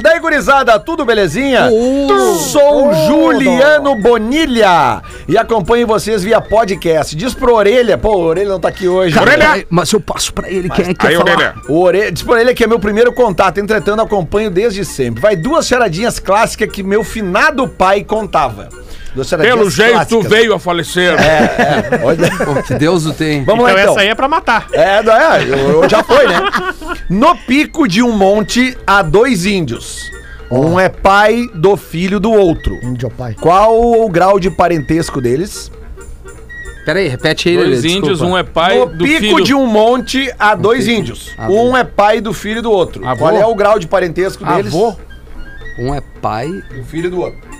Daí, gurizada, tudo belezinha? Tudo. Sou o Juliano Bonilha e acompanho vocês via podcast. Diz pro Orelha, pô, o Orelha não tá aqui hoje. Ai, Mas eu passo pra ele, quem é que quer falar? O Orelha, diz pro Orelha que é meu primeiro contato, entretanto acompanho desde sempre. Vai duas charadinhas clássicas que meu finado pai contava. Duas charadinhas Pelo jeito clássicas. veio a falecer. É, é. Olha. Pô, que Deus o tem. Vamos lá Então então. essa aí é pra matar. É, não é, eu- eu já foi, né? No pico de um monte há dois índios. Um é pai do filho do outro. Índio pai. Qual o grau de parentesco deles? Pera aí, repete aí, Dois Lelê, índios, desculpa. um é pai no do pico filho. de um monte há dois índios. Ah, um é pai do filho do outro. Avô? Qual é o grau de parentesco deles? Avô? Um é pai. Do filho do outro.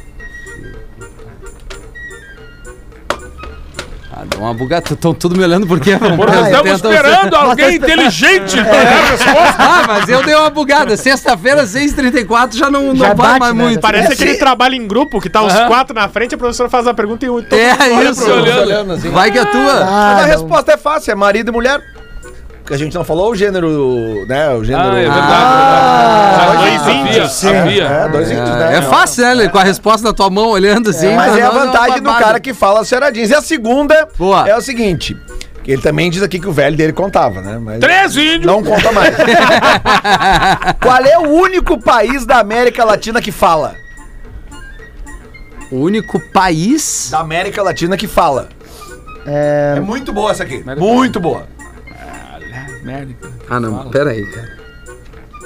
Ah, dá uma bugada. Estão tudo me olhando porque. Porque Eu estamos tento- esperando alguém inteligente dar a resposta. Ah, mas eu dei uma bugada. Sexta-feira, 6h34, já não, não vai Já bate, mais né? muito. Parece aquele trabalho em grupo que tá os Aham. quatro na frente, a professora faz a pergunta e o todo mundo É olha isso. pro- olhando. Vai que é tua. Mas a Ah, não. resposta é fácil, é marido e mulher. Porque a gente não falou o gênero, né? O gênero. Ah, é verdade. Ah, verdade. dois índios, Sabia, sabia. É, dois É, índios, né? é fácil, né? Lê? Com a resposta na tua mão, olhando assim. Mas pra é a nós um vantagem do babado. cara que fala as charadinhas. E a segunda Boa. é o seguinte: que ele também diz aqui que o velho dele contava, né? Mas Três índios. não conta mais. Qual é o único país da América Latina que fala? O único país. Da América Latina que fala. É, muito boa essa aqui. Muito boa. América. Ah, não, pera aí, cara.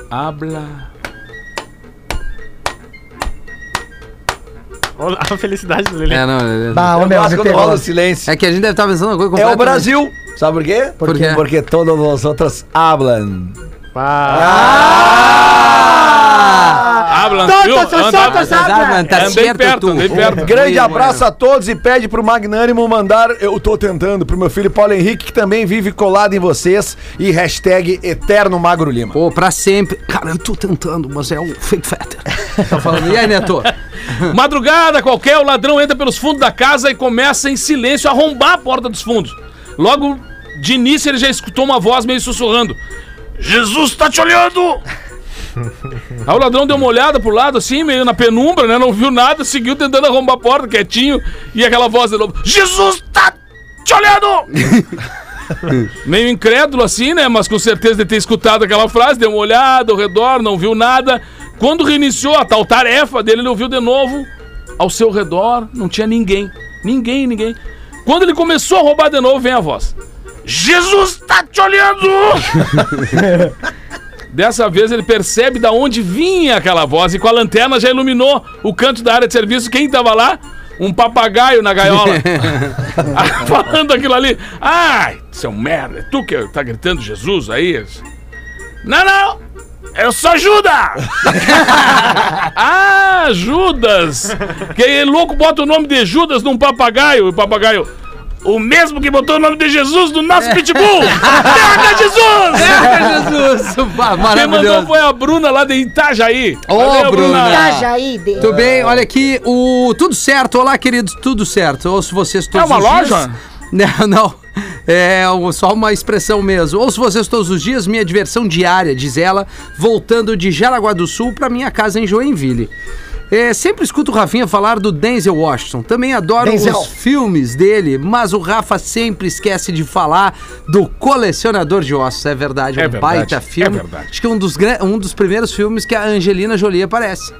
Habla. Olha A felicidade do Lelê. É, não, é- Bah, ô, Eu Ah, meu, gosto me quando rola assim, pegou. o silêncio. É que a gente deve estar pensando uma coisa É o completamente- Brasil. Sabe por quê? Por quê? Porque todos os outros hablan. Ah, Habla. viu? Solta, solta, Andava- solta, solta. Mano, tá Andei certo, perto, tu. andei perto. Grande abraço a todos e pede pro Magnânimo mandar Eu Tô Tentando pro meu filho Paulo Henrique, que também vive colado em vocês. E hashtag Eterno Magro Lima. Pô, pra sempre. Cara, eu tô tentando, mas é o fake fetter. tá falando. E aí, Neto? tá. Madrugada qualquer, o ladrão entra pelos fundos da casa e começa em silêncio a arrombar a porta dos fundos. Logo de início ele já escutou uma voz meio sussurrando: Jesus tá te olhando! Aí o ladrão deu uma olhada pro lado, assim, meio na penumbra, né? Não viu nada, seguiu tentando arrombar a porta quietinho e aquela voz de novo: Jesus tá te olhando! meio incrédulo assim, né? Mas com certeza de ter escutado aquela frase, deu uma olhada ao redor, não viu nada. Quando reiniciou a tal tarefa dele, ele ouviu de novo. Ao seu redor não tinha ninguém. Ninguém, ninguém. Quando ele começou a roubar de novo, vem a voz. Jesus tá te olhando! Dessa vez ele percebe da onde vinha aquela voz e com a lanterna já iluminou o canto da área de serviço. Quem tava lá? Um papagaio na gaiola. Ah, falando aquilo ali. Ai, seu merda, é tu que tá gritando Jesus aí? Não, não! Eu sou Judas! ah, Judas! Que louco bota o nome de Judas num papagaio. E o papagaio. O mesmo que botou o nome de Jesus no nosso pitbull! Terra Jesus! Jesus! bah, Quem mandou Maravilhoso. foi a Bruna lá de Itajaí. Ô, Bruna. Tá, Itajaí, de... Tudo bem, olha aqui, o Tudo Certo. Olá, queridos, tudo certo. Ouço vocês todos É uma os dias. loja? Não, não. É um- só uma expressão mesmo. Ouço vocês todos os dias, minha diversão diária, diz ela, voltando de Jaraguá do Sul para minha casa em Joinville. É, sempre escuto o Rafinha falar do Denzel Washington. Também adoro Denzel. os filmes dele, mas o Rafa sempre esquece de falar do Colecionador de Ossos. É verdade, É um verdade, baita é filme. verdade. Acho que é um dos, gran- um dos primeiros filmes que a Angelina Jolie aparece.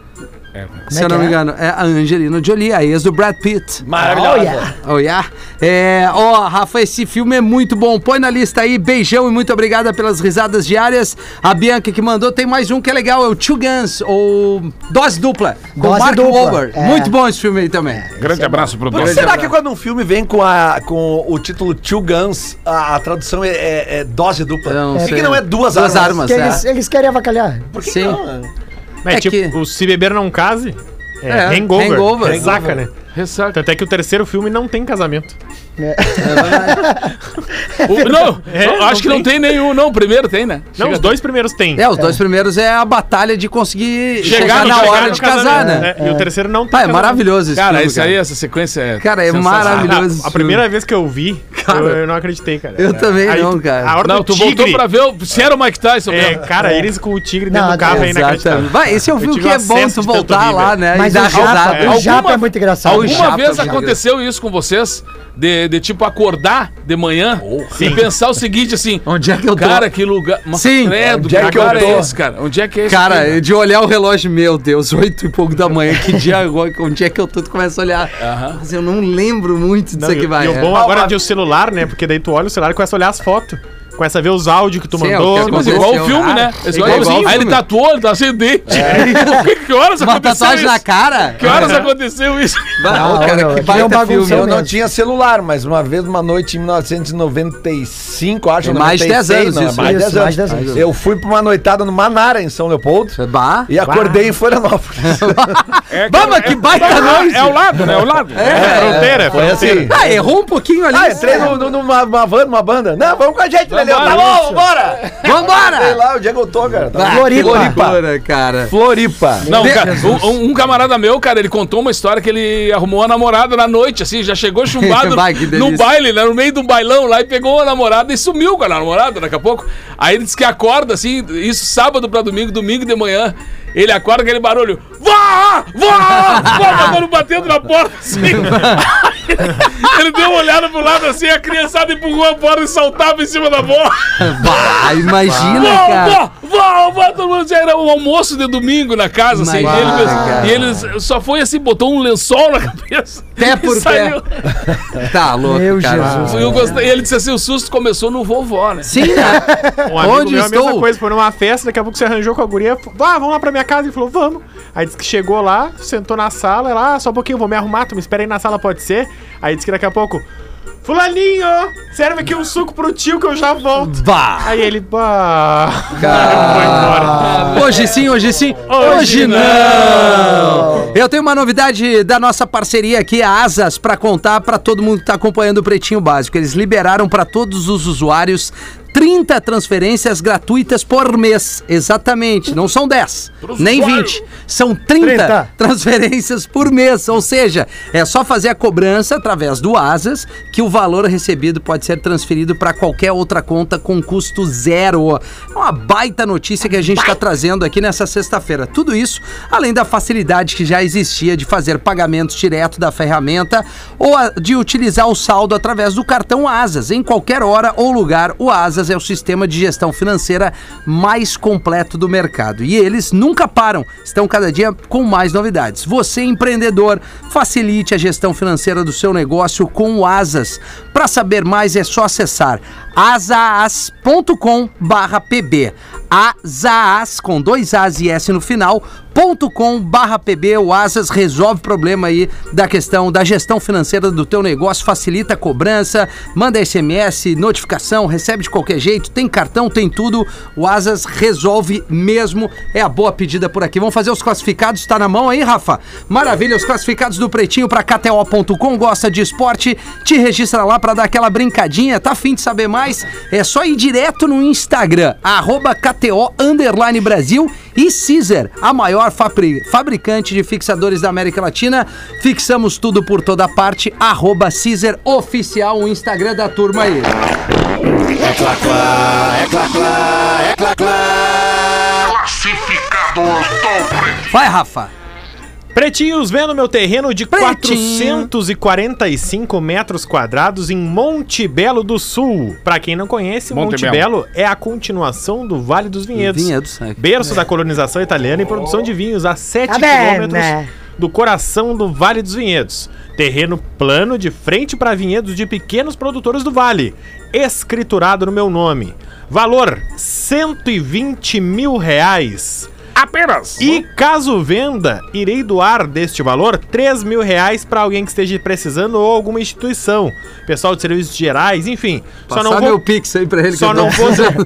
É, Se eu não me engano, é a Angelina Jolie, a ex do Brad Pitt. Maravilhosa. Oh, yeah. É, ó, Rafa, esse filme é muito bom. Põe na lista aí. Beijão e muito obrigada pelas risadas diárias. A Bianca que mandou tem mais um que é legal, é o Two Guns, ou Dose Dupla, com Dose Mark Dupla, Wahlberg. é. Muito bom esse filme aí também. Grande abraço pro Por que Bruno. será que quando um filme vem com, a, com o título Two Guns, a, a tradução é, é- é dose dupla? Eu não Por que sei. que não é duas, Duas armas? armas. Porque eles, eles querem avacalhar. Por que Sim. não? É, É tipo, que- o Se Beber Não Case é, É, hangover. hangover. Ressaca, né? Ressaca. Tanto é que o terceiro filme não tem casamento. O- não, É, eu acho não que não tem nenhum. Não, o primeiro tem, né? Não, os dois primeiros tem. É, os dois primeiros é a batalha de conseguir chegar, Chegaram- na chegaram hora no de casar, casamento, né? E o terceiro não tem. Pai, é casamento. maravilhoso esse Cara, filme. isso aí, essa sequência é. Cara, é sensacional. maravilhoso. Ah, esse a filme. primeira vez que eu vi, eu, eu não acreditei, cara. Eu também não, tu- cara. A hora Não, do tu tigre, voltou pra ver o. Se era o Mike Tyson É, mesmo. cara, eles com o tigre dentro Não, do carro é Exatamente. inacreditável. Vai, esse é um Eu filme tive que é uma bom acesso tu de tanto voltar nível. lá, né? Mas e dar o Japa, risada. o Japa Alguma- é muito engraçado. Ao Alguma Japa, vez cara. aconteceu isso com vocês? De, de, tipo acordar de manhã e pensar o seguinte assim. Onde é que eu tô? Cara, que lugar. Mas Sim. credo, Onde é que que eu lugar tô? é esse, cara? Onde é que é esse? Cara, de olhar o relógio, meu Deus, oito e pouco da manhã, que dia agora, onde é que eu tô? Tu começa a olhar. Mas eu não lembro muito disso Não, e, aqui, vai. e é. o bom agora Ah, de o celular, né? Porque daí tu olha o celular e começa a olhar as fotos. Começa a ver os áudios que tu Sim, é o mandou. que Mas aconteceu, igual o cara. filme, né? Esse Igual cara, igual assim, o Aí ele filme. tatuou, ele tá sem dente. Que horas Uma aconteceu tatuagem na isso? cara? Que horas aconteceu isso? Bah, Não, cara, não, Ah, que aquele é um baita bagunção, Eu filme. né? não mesmo. tinha celular, mas uma vez, uma noite em 1995, acho. Tem mais de 96, 10 anos não, é isso, mais de isso, 10 anos. mais de 10 anos. Eu fui pra uma noitada no Manara, em São Leopoldo, Bah. e acordei em Florianópolis. Bamba, que baita noite! É o lado, né? É o lado. É, fronteira, Foi assim. Ah, errou um pouquinho ali. Ah, entrei no- no- numa, numa van, numa banda. Não, vamos com a gente, Leleu. Tá bom, vambora! Sei Vambora! lá, onde é que eu tô, cara? Tá Ah, que Floripa. loucura, cara. Floripa. Não, Meu cara, Jesus. um, um camarada meu, cara, ele contou uma história que ele arrumou a namorada na noite, assim, já chegou chumbado Vai, que delícia. no baile, né, no meio de um bailão lá e pegou a namorada e sumiu com a namorada daqui a pouco. Aí ele disse que acorda, assim, isso sábado pra domingo, domingo de manhã, ele acorda com aquele barulho, vá, vá, vá, mano, batendo na porta, assim. ele deu uma olhada pro lado, assim, a criançada empurrou a porta e saltava em cima da bola. Bah, imagina, Ah, cara. Vó, vó, vó, todo mundo já era o almoço de domingo na casa, assim, Imagina, e ele, cara. e ele só foi assim, botou um lençol na cabeça. Pé e por saiu. Tá louco, Meu cara. Jesus. Eu gostei, ele disse assim, o susto começou no vovó, né? Sim, né? Um amigo Onde meu, a estou? mesma coisa, foi numa festa, daqui a pouco se arranjou com a guria, falou, ah, vamos lá pra minha casa, e falou, vamos. Aí disse que chegou lá, sentou na sala, ela, ah, só um pouquinho, vou me arrumar, tu me espera aí na sala, pode ser? Aí disse que daqui a pouco, fulaninho, serve aqui um suco pro tio que eu já volto. Bah. Aí ele, bah, Ah, Hoje sim, hoje sim, hoje, não. Eu tenho uma novidade da nossa parceria aqui, a Asas, pra contar pra todo mundo que tá acompanhando o Pretinho Básico. Eles liberaram pra todos os usuários 30 transferências gratuitas por mês. Exatamente, não são 10, nem 20, são 30, 30. transferências por mês, ou seja, é só fazer a cobrança através do Asas que o valor recebido pode ser transferido para qualquer outra conta com custo zero. É uma baita notícia que a gente está trazendo aqui nessa sexta-feira. Tudo isso além da facilidade que já existia de fazer pagamentos direto da ferramenta ou a- de utilizar o saldo através do cartão Asas em qualquer hora ou lugar. O Asas é o sistema de gestão financeira mais completo do mercado e eles nunca param. Estão cada dia com mais novidades. Você, empreendedor, facilite a gestão financeira do seu negócio com o Asas. Para saber mais é só acessar asaas.com/pb. Asaas com dois As e S no final. .com pb, o Asas resolve o problema aí da questão da gestão financeira do teu negócio, facilita a cobrança, manda SMS, notificação, recebe de qualquer é jeito, tem cartão, tem tudo. O Asas resolve mesmo. É a boa pedida por aqui. Vamos fazer os classificados, tá na mão aí, Rafa? Maravilha, os classificados do Pretinho pra KTO.com. Gosta de esporte? Te registra lá pra dar aquela brincadinha. Tá afim de saber mais? É só ir direto no Instagram, arroba KTO underline Brasil e Caesar, a maior fabri- fabricante de fixadores da América Latina. Fixamos tudo por toda parte. Arroba Caesar Oficial, o Instagram da turma aí. Vai, Rafa. Pretinhos vendo meu terreno de Pretinho. 445 metros quadrados em Monte Belo do Sul. Pra quem não conhece, Monte, Monte Belo. é a continuação do Vale dos Vinhedos. Vinhedos, é. Berço da colonização italiana e produção de vinhos a 7 Tá bem, quilômetros né? do coração do Vale dos Vinhedos. Terreno plano de frente para vinhedos de pequenos produtores do vale. Escriturado no meu nome. Valor: 120 mil reais. Apenas. E caso venda, irei doar deste valor 3 mil reais para alguém que esteja precisando ou alguma instituição. Pessoal de serviços gerais, enfim. Só Passar não, meu vou, pix aí pra ele. que só, eu não dou. vou doar,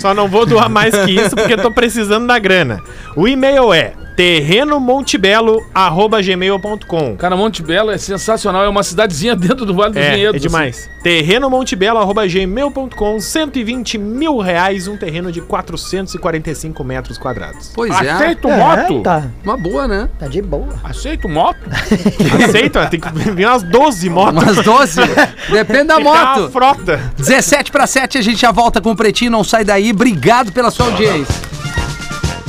só não vou doar mais que isso porque tô precisando da grana. O e-mail é terrenomontebelo.gmail.com Cara, Monte Belo é sensacional. É uma cidadezinha dentro do Vale dos é, é Vinhedos. demais. assim. Terrenomontebelo.gmail.com 120 mil reais, um terreno de 445 metros quadrados. Pois assim. é, Aceito moto? tá, uma boa, né? tá de boa. assim. Aceito moto? Aceita? Tem que vir umas 12 motos. Umas 12. Depende da tá Tem que dar moto. Uma frota. 17 para 7, a gente já volta com o Pretinho, não sai daí. Obrigado pela sua audiência.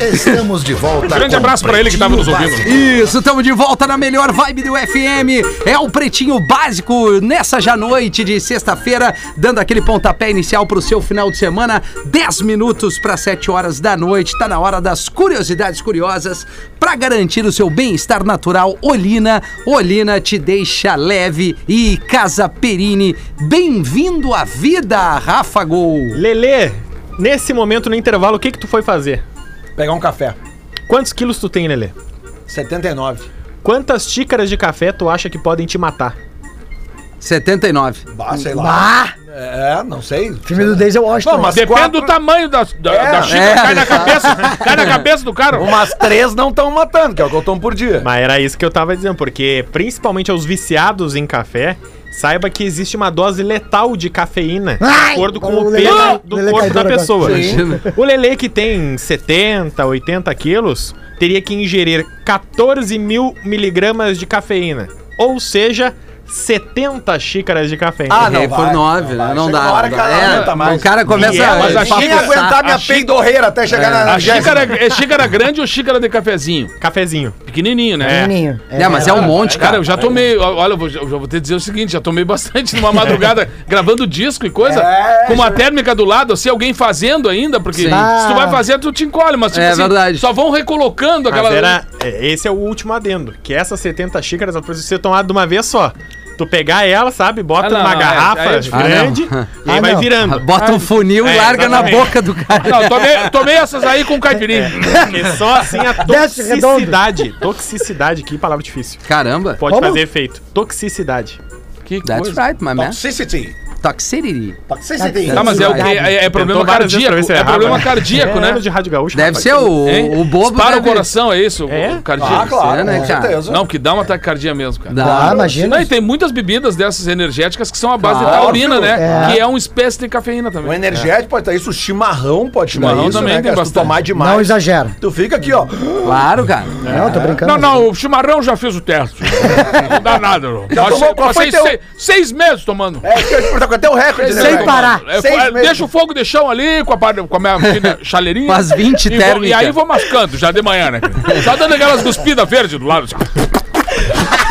Estamos de volta. Grande com abraço pra ele que tava nos Pretinho ouvindo. Básico. Isso, estamos de volta na melhor vibe do FM. É o Pretinho Básico nessa já noite de sexta-feira, dando aquele pontapé inicial pro seu final de semana. 10 minutos para 7 horas da noite. Tá na hora das curiosidades curiosas para garantir o seu bem-estar natural. Olina, Olina te deixa leve e Casa Perini, bem-vindo à vida, Rafa Gol. Lelê, nesse momento no intervalo, o que que tu foi fazer? Pegar um café. Quantos quilos tu tem, Lelê? 79. Quantas xícaras de café tu acha que podem te matar? 79. Bah, sei lá. É, não sei. O filme do Daisy Washington. né? Não, mas- Depende quatro- do tamanho da, da, É, da xícara. é, cai na é. cabeça. cai na cabeça do cara. Umas três não estão matando, que é o que eu tomo por dia. Mas era isso que eu tava dizendo, porque principalmente aos viciados em café, saiba que existe uma dose letal de cafeína, de Ai! acordo com O o Lelê peso cai- do Lelê corpo caiu da agora. pessoa. Imagina. O Lelê, que tem 70, 80 quilos, teria que ingerir 14 mil miligramas de cafeína, ou seja, 70 xícaras de cafeína. Ah, Errei não por vai, nove, não né? vai. não Chega dá. uma hora não que dá. ela não aguenta o mais. cara começa E é, mas a a Quem papo- aguentar minha xí- peidorreira até chegar na. A xícara né? é xícara grande ou xícara de cafezinho? Cafezinho. Pequenininho, né? Pequenininho. É, mas é um monte, Cara, eu cara. já tomei. ó, Olha, eu vou, eu já vou te dizer o seguinte: já tomei bastante numa madrugada gravando disco e coisa, É, com uma térmica do lado, assim, alguém fazendo ainda, porque Sim. Ah. se tu vai fazer, tu te encolhe, mas tipo É verdade. só vão recolocando Mas aquela. era, é, esse é o último adendo, que essas 70 xícaras elas precisam ser tomadas de uma vez só. Tu pegar ela, sabe, bota Ah, não, numa não, é, garrafa aí é diferente. grande Ah, e aí Ah, vai não. virando. Bota um funil e É, larga na exatamente. boca do cara. Não, tomei, tomei essas aí com caipirinha. Porque só assim a Desce redondo. toxicidade. Toxicidade, que palavra difícil. Caramba. Pode Como? fazer efeito. Toxicidade. Que That's coisa. right, my né? man. Toxicity. Toxicity. Ah, Toxicity. Tá, mas é, o que- é, é problema Tentou várias vezes pra cardíaco. ver se eu É errava, problema né? cardíaco, É, né? ano de rádio gaúcha. Deve rapaz. ser Hein? o, o bobo. Para o deve- coração, é isso? É? O cardíaco. Ah, claro, ser, né, com cara? certeza. Não, que dá um taquicardia mesmo, cara. Dá. Ah, imagina. Não, e tem muitas bebidas dessas energéticas que são à base Claro, de taurina, né? é. Que é uma espécie de cafeína também. O energético pode estar isso, o chimarrão pode estar Chimarrão isso, também né, tem cara? Se tu bastante. tomar demais. Não exagera. Tu fica aqui, ó. Claro, cara. Não, tô brincando. Não, não, o chimarrão já fez o teste. não dá nada, não. Já Passei- tomou? Qual foi passei teu- seis, seis meses tomando. É, que eu ia te perguntar, qual é o teu recorde, né? Sem velho? parar. É, Seis fa- meses. deixa o fogo de chão ali com a, par- com a minha filha chaleirinha. Faz 20 e, vou, térmica. e aí vou mascando, já de manhã, né? cara? Só dando aquelas cuspidas verdes do lado. assim.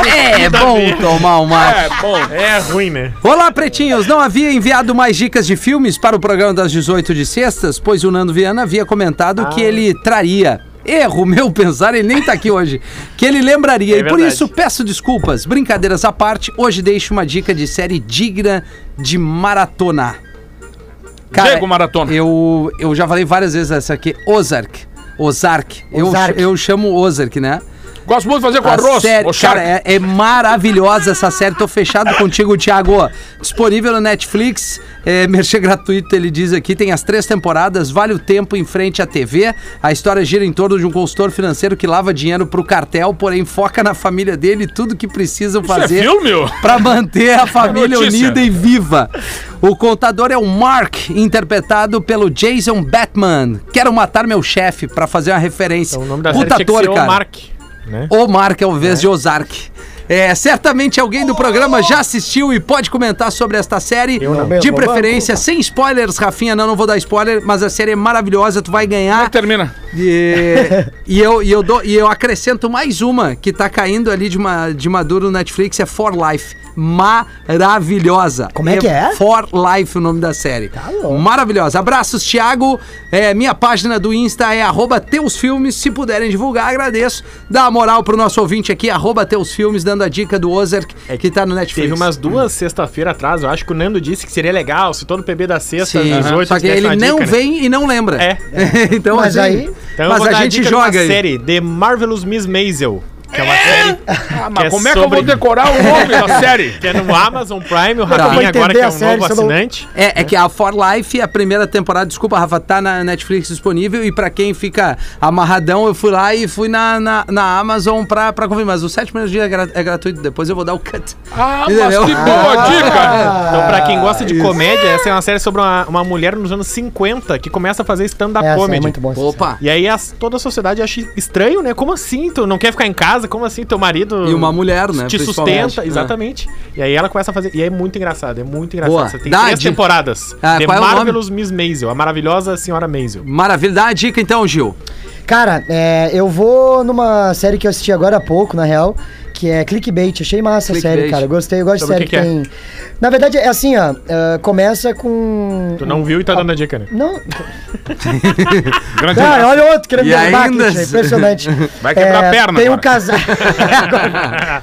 É, bom tomar um mate. É, bom. É ruim, né? Olá, pretinhos! Não havia enviado mais dicas de filmes para o programa das 18 de sextas, pois o Nando Viana havia comentado que ele traria. Erro meu pensar, ele nem tá aqui hoje. Que ele lembraria. e por verdade. isso peço desculpas. Brincadeiras à parte, hoje deixo uma dica de série digna de maratonar. Diego Maratona. Eu, eu já falei várias vezes essa aqui. Ozark. Ozark. Eu, Ozark. eu chamo Ozark, né? Gosto muito de fazer com A arroz. série- ô cara, charque. é, é maravilhosa essa série. Tô fechado contigo, Thiago. Disponível no Netflix. É, merchan gratuito, ele diz aqui. Tem as três temporadas, vale o tempo em frente à TV. A história gira em torno de um consultor financeiro que lava dinheiro pro cartel, porém foca na família dele e tudo que precisam Isso é fazer filme, ô? para manter a família Notícia. unida e viva. O contador é o Mark, interpretado pelo Jason Batman. Quero matar meu chefe, para fazer uma referência. Então, o nome da Puta série tinha que ator, ser o cara. Mark. Né? O Mark ao invés de Ozark. É, certamente alguém do programa já assistiu e pode comentar sobre esta série. não. De Mesmo preferência, sem spoilers, Rafinha. Não, não vou dar spoiler, mas a série é maravilhosa, tu vai Como é que ganhar. termina? E, e eu, e, eu dou- e eu acrescento mais uma que tá caindo ali de, ma, de maduro no Netflix, é For Life. Maravilhosa. Como é que é? For Life o nome da série. Tá louco. Maravilhosa. Abraços, Thiago. É, minha página do Insta é arroba teusfilmes. Se puderem divulgar, agradeço. Dá a moral pro nosso ouvinte aqui, arroba teusfilmes, dando a dica do Ozark, que tá no Netflix. É Teve umas duas sexta-feira atrás, eu acho que o Nando disse que seria legal se todo PB da sexta, Sim, às 18, só que esquece ele uma não dica, né? vem e não lembra. É. então, Mas assim, aí- Então eu mas vou a dar gente dica de joga. uma aí. série The Marvelous Miss Maisel, que é uma série Ah, mas é como é que eu sobre- vou decorar o nome da série? que é no Amazon Prime, o dá pra Rafinha agora entender que é a um série, novo você não- assinante. É, é que a For Life, a primeira temporada, desculpa, Rafa, tá na Netflix disponível. E pra quem fica amarradão, eu fui lá e fui na, na, na Amazon pra, pra conferir. Mas os sete primeiros dias é, gra- é gratuito, depois eu vou dar o cut. Ah, mas Entendeu? que boa dica! Então, pra quem gosta de comédia, essa é uma série sobre uma, uma mulher nos anos 50 que começa a fazer stand-up Essa comedy. é muito bom. essa Opa! E aí as- toda a sociedade acha estranho, né? Como assim? Tu não quer ficar em casa? Como assim? Teu marido. E uma mulher, né, Te principalmente. sustenta, É. exatamente. E aí ela começa a fazer. E é muito engraçado, é muito engraçado. Boa. Você tem Dá a três dica. temporadas. Ah, The qual é o nome? Marvelous Miss Maisel, a maravilhosa senhora Maisel. Maravilha, dá a dica então, Gil. Cara, é, eu vou numa série que eu assisti agora há pouco, na real, que é Clickbait. Achei massa a Clickbait. série, cara. Eu gostei, eu gosto Sobre o de série que que, que é? tem. Na verdade, é assim, ó. eh, começa com. Tu não viu e tá dando a dica, né? Não. Ah, Grande Cara, olha outro querendo E derrubar ainda- aqui, gente, impressionante. Vai quebrar a perna Tem um agora. casal.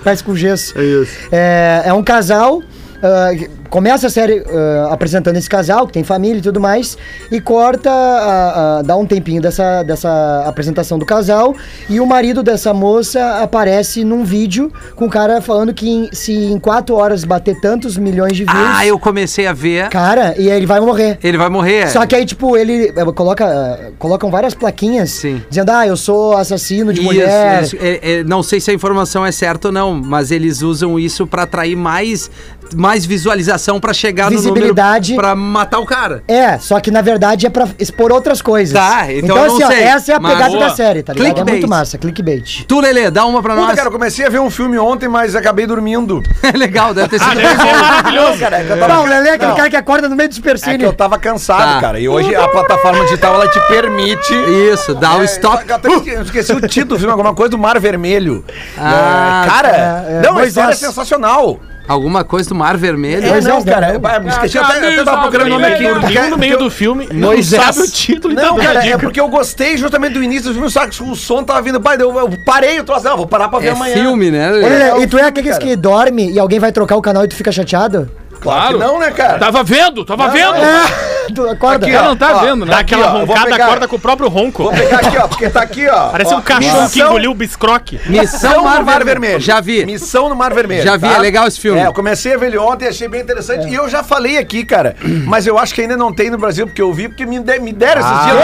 Faz com gesso. É isso. É, um casal. ah, que- começa a série ah, apresentando esse casal, que tem família e tudo mais, e corta, a- a- dá um tempinho dessa, dessa apresentação do casal, e o marido dessa moça aparece num vídeo com o cara falando que em- se em quatro horas bater tantos milhões de views, Ah, eu comecei a ver. cara, e aí ele vai morrer. Ele vai morrer. Só que aí, tipo, ele eh, coloca, colocam várias plaquinhas Sim. dizendo, ah, eu sou assassino de Isso, mulher. isso. É, é, não sei se a informação é certa ou não, mas eles usam isso pra atrair mais, mais visualização pra chegar Visibilidade. no número pra matar o cara. É, só que na verdade é pra expor outras coisas. Tá, então eu não assim, ó, sei, essa é a mas- pegada Boa. da série, tá ligado? É Clickbait. muito massa, clickbait. Tu, Lelê, dá uma pra Puta, nós. cara, eu comecei a ver um filme ontem, mas acabei dormindo. É legal, deve ter sido Maravilhoso, cara. é que eu tava- Não, o Lelê é aquele Não. cara que acorda no meio do É que supercílio. eu tava cansado, Tá. cara. E hoje a plataforma digital, ela te permite... Isso, dá Ah, o É, stop. Eu até esque- eu esqueci o título do filme, alguma coisa do Mar Vermelho. Ah, É, cara, é, é, não, a Moisés. história é sensacional. Alguma coisa do Mar Vermelho? É, Moisés, não, né? cara, eu- eu esqueci, eu até, eu até tava procurando o nome aqui. Ele porque- dormiu no meio do filme, não Moisés. sabe o título e tá Não, dando a cara, é dica. porque eu gostei justamente do início do filme, só que o som tava vindo, pai, eu, eu parei o troço, não, vou parar pra ver É amanhã. filme, né? Lelê? Ô, Lelê, é o e tu é filme, aqueles cara. que dorme e alguém vai trocar o canal e tu fica chateado? Claro. que Claro. Não, né, cara? Tava vendo, tava vendo! é. Tu acorda? Aqui, Ela ó. não tá vendo, né? Dá aquela Aqui, ó, eu vou roncada, pegar- acorda com o próprio ronco. Vou pegar aqui, ó, porque tá aqui, ó. Parece Ó, um cachorro que missão- engoliu o biscroque. Missão Mar, no Vermelho. Já vi. Missão no Mar Vermelho. Já vi, é legal esse filme. É, eu comecei a ver ele ontem, achei bem É. interessante. E eu já falei aqui, cara, mas eu acho que ainda não tem no Brasil, porque eu vi, porque me, de- me deram esses dias.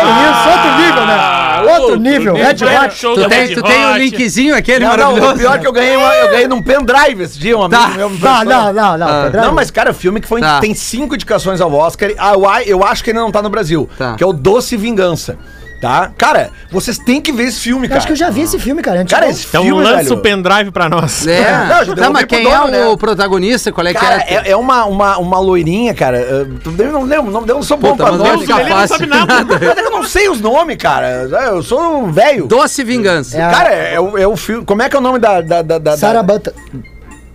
Ah, outro É nível, né? Outro, nível. nível. Red Hot. Show Tu da tem, Red tu um tem o Hot. linkzinho aquele Não, não, o maravilhoso? pior é que eu ganhei, uma- eu ganhei num pendrive esse dia, um Tá. amigo meu me Não, prestou. não, não, não. Ah. Pedrão. Não, mas cara, o filme que foi Tá. tem cinco indicações ao Oscar, ah, eu, a- eu acho que ainda não tá no Brasil, Tá. que é o Doce Vingança, tá? Cara, vocês têm que ver esse filme, Eu cara. acho que eu já vi esse filme, um cara. é antes Cara, não. esse Então filme, lança velho- o pendrive pra nós. É. Não, já Tá, derrubei mas pro quem é dono, né? o protagonista? Qual é que Cara, é? é, é uma, uma, uma loirinha, cara. eh, Eu não lembro, não, eu não sou bom Puta, pra mas nome. deve ficar cara. Ele não sabe nada. Mas Eu não sei os nomes, cara. Eu sou um velho. Doce Vingança. É a- Cara, é, o- é o filme. Como é que é o nome da. da, da, da- Sarah da- Button.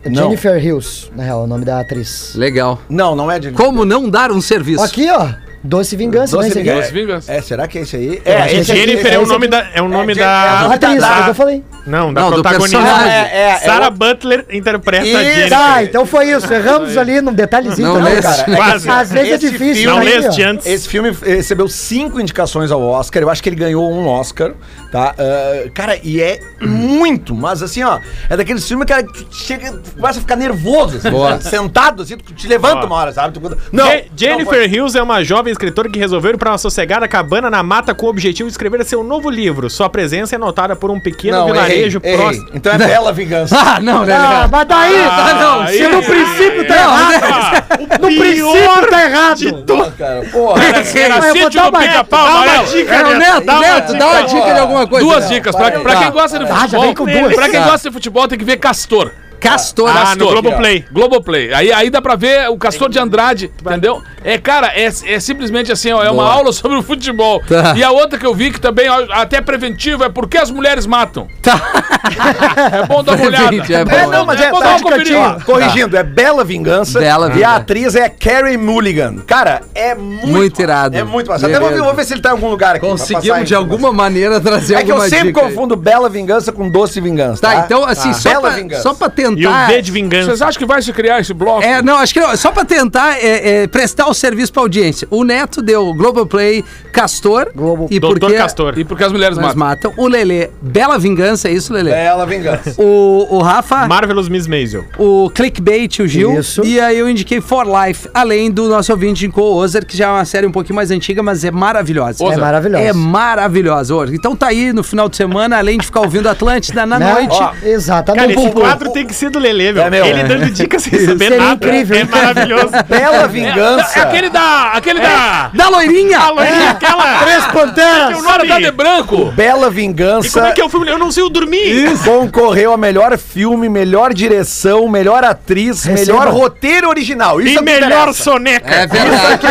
Não. Jennifer Hills, na real, é o nome da atriz. Legal. Não, não é de. Como não dar um serviço? Aqui, ó. Doce Vingança, né? Doce esse aqui? Vingança. Doce Vingança. É, será que é esse aí? É, acho que esse é aqui, Jennifer é o esse nome aqui. da. É o nome É, Jennifer, A da. ela- atriz, Tá, tá. Ah, é o que eu falei. Não, da Não, do protagonista. personagem. É, é, Sarah Butler interpreta a Isso. Jennifer. Ah, então foi isso. Erramos ali num detalhezinho Não também, leste. cara. Quase. Às vezes é Esse difícil. filme- Não sair, ó. leste antes. Esse filme recebeu cinco indicações ao Oscar. Eu acho que ele ganhou um Oscar, tá? Ah, cara, e é muito, mas assim, ó, é daqueles filmes, cara, que tu chega, tu começa a ficar nervoso, assim, Boa. sabe? sentado, assim, tu te levanta Ó. uma hora, sabe? Tu- Não! Je- não Jennifer foi. Hughes é uma jovem escritora que resolveu ir para uma sossegada cabana na mata com o objetivo de escrever seu novo livro. Sua presença é notada por um pequeno Não, errei, vilarejo errei. próximo. Então é bela vingança. Ah, não, né? Ah, Leandro? mas daí, Ah, não, aí- se no princípio tá errado, no princípio tá errado. Pô, cara, porra. eu vou Cacete dar do uma- pica-pau dá uma amarelo. É o é- Neto, Neto, dá uma dica de alguma coisa. Duas Neto. dicas. Pra, pra Tá. quem gosta de já vem com futebol, duas. pra quem Tá. gosta de futebol tem que ver Castor. Castor. Ah, Castor. no Globoplay. Globoplay. Aí, aí dá pra ver o Castor de Andrade, entendeu? É, cara, é, é simplesmente assim, ó, é uma Boa. aula sobre o futebol. Tá. E a outra que eu vi que também, ó, até preventivo, é por que as mulheres matam. É bom dar uma olhada. Prevente, é bom. É, não, mas é, bom tá dar uma explicativo. conferida. Ó, corrigindo, é Bela Vingança. Bela E a Vingança. atriz é Carrie Mulligan. Cara, é muito. Muito massa. irado. É muito massa. Até vou, Beleza. ver- vou ver se ele tá em algum lugar aqui. pra passar aí, Conseguimos de pra alguma passar. maneira trazer É que eu alguma sempre dica aí. confundo Bela Vingança com Doce Vingança. Tá, então assim, Tá. só, Bela pra, Vingança. só pra tentar... E tá. o D de vingança. Vocês acham que vai se criar esse bloco? É, não, acho que não. Só pra tentar é, é, prestar o serviço pra audiência. O Neto deu Globoplay, Castor. Globo. E Doutor porque Castor. E por que as mulheres Mas matam? matam. O Lelê, Bela Vingança, é isso, Lelê? Bela Vingança. O, o Rafa, Marvelous Miss Maisel. o Clickbait, o Gil. Isso. E aí eu indiquei For Life, além do nosso ouvinte indicou Ozer, que já é uma série um pouquinho mais antiga, mas é maravilhosa. É maravilhoso. É maravilhosa, Ozer. Então tá aí no final de semana, além de ficar ouvindo Atlântida na Né? noite. Ó, Cara, Exatamente. esse Bubu. quadro tem que ser do Lelê, meu. É, meu. Ele dando dicas sem saber Seria nada. incrível. É maravilhoso. Bela É, Vingança. é aquele da. Aquele da. Da loirinha! Alô, é aquela... Três panteras. Eu não Cara, tá de sabia. branco. Bela E como Vingança. é que é o filme? Eu não sei, eu dormi. Concorreu a melhor filme, melhor direção, melhor atriz, Receba. melhor roteiro original. Isso é E o que melhor interessa. soneca. É verdade.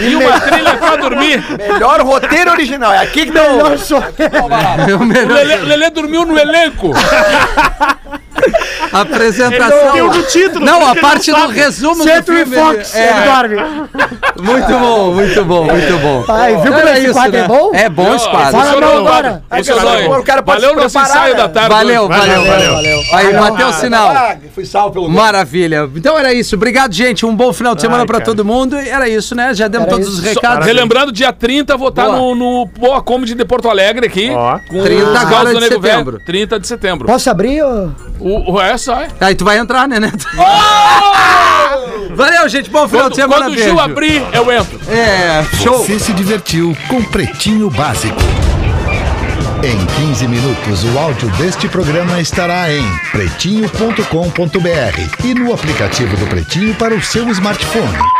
E uma trilha pra dormir. Melhor roteiro original. É aqui que deu. Melhor só. É O O melhor- Lelê, Lelê dormiu no elenco. É. Apresentação. Deu no título. Não, por a isso que ele parte do sabe. resumo Centro do e filme. Fox. é, Ele dorme. muito bom, muito bom, muito bom. Ai, viu como Era esse quadro é bom? É bom esse quadro. Fala Funcionou não o agora. quadro. Aí, Funcionou cara, aí. o cara pode Valeu se nosso preparar, ensaio né? da tarde. Valeu, hoje. valeu, valeu. Aí, bateu o sinal. Ah, fui salvo pelo Maravilha. Então era isso. Obrigado, gente. Um bom final de semana Ai, pra cara. todo mundo. E Era isso, né? Já demos Era todos os isso. Só, recados. relembrando, dia 30, vou estar Boa. no, no Boa Comedy de Porto Alegre aqui. Ó. Com 30 os agora caras do de Nego Velho. setembro. 30 de setembro. Posso abrir? ô? O, o, é só, é. Aí tu vai entrar, né, Neto? Valeu, gente. Bom final Quando, de semana. quando o beijo. Gil abrir, eu entro. É, show. Você se divertiu com Pretinho Básico. Em 15 minutos, o áudio deste programa estará em pretinho.com.br e no aplicativo do Pretinho para o seu smartphone.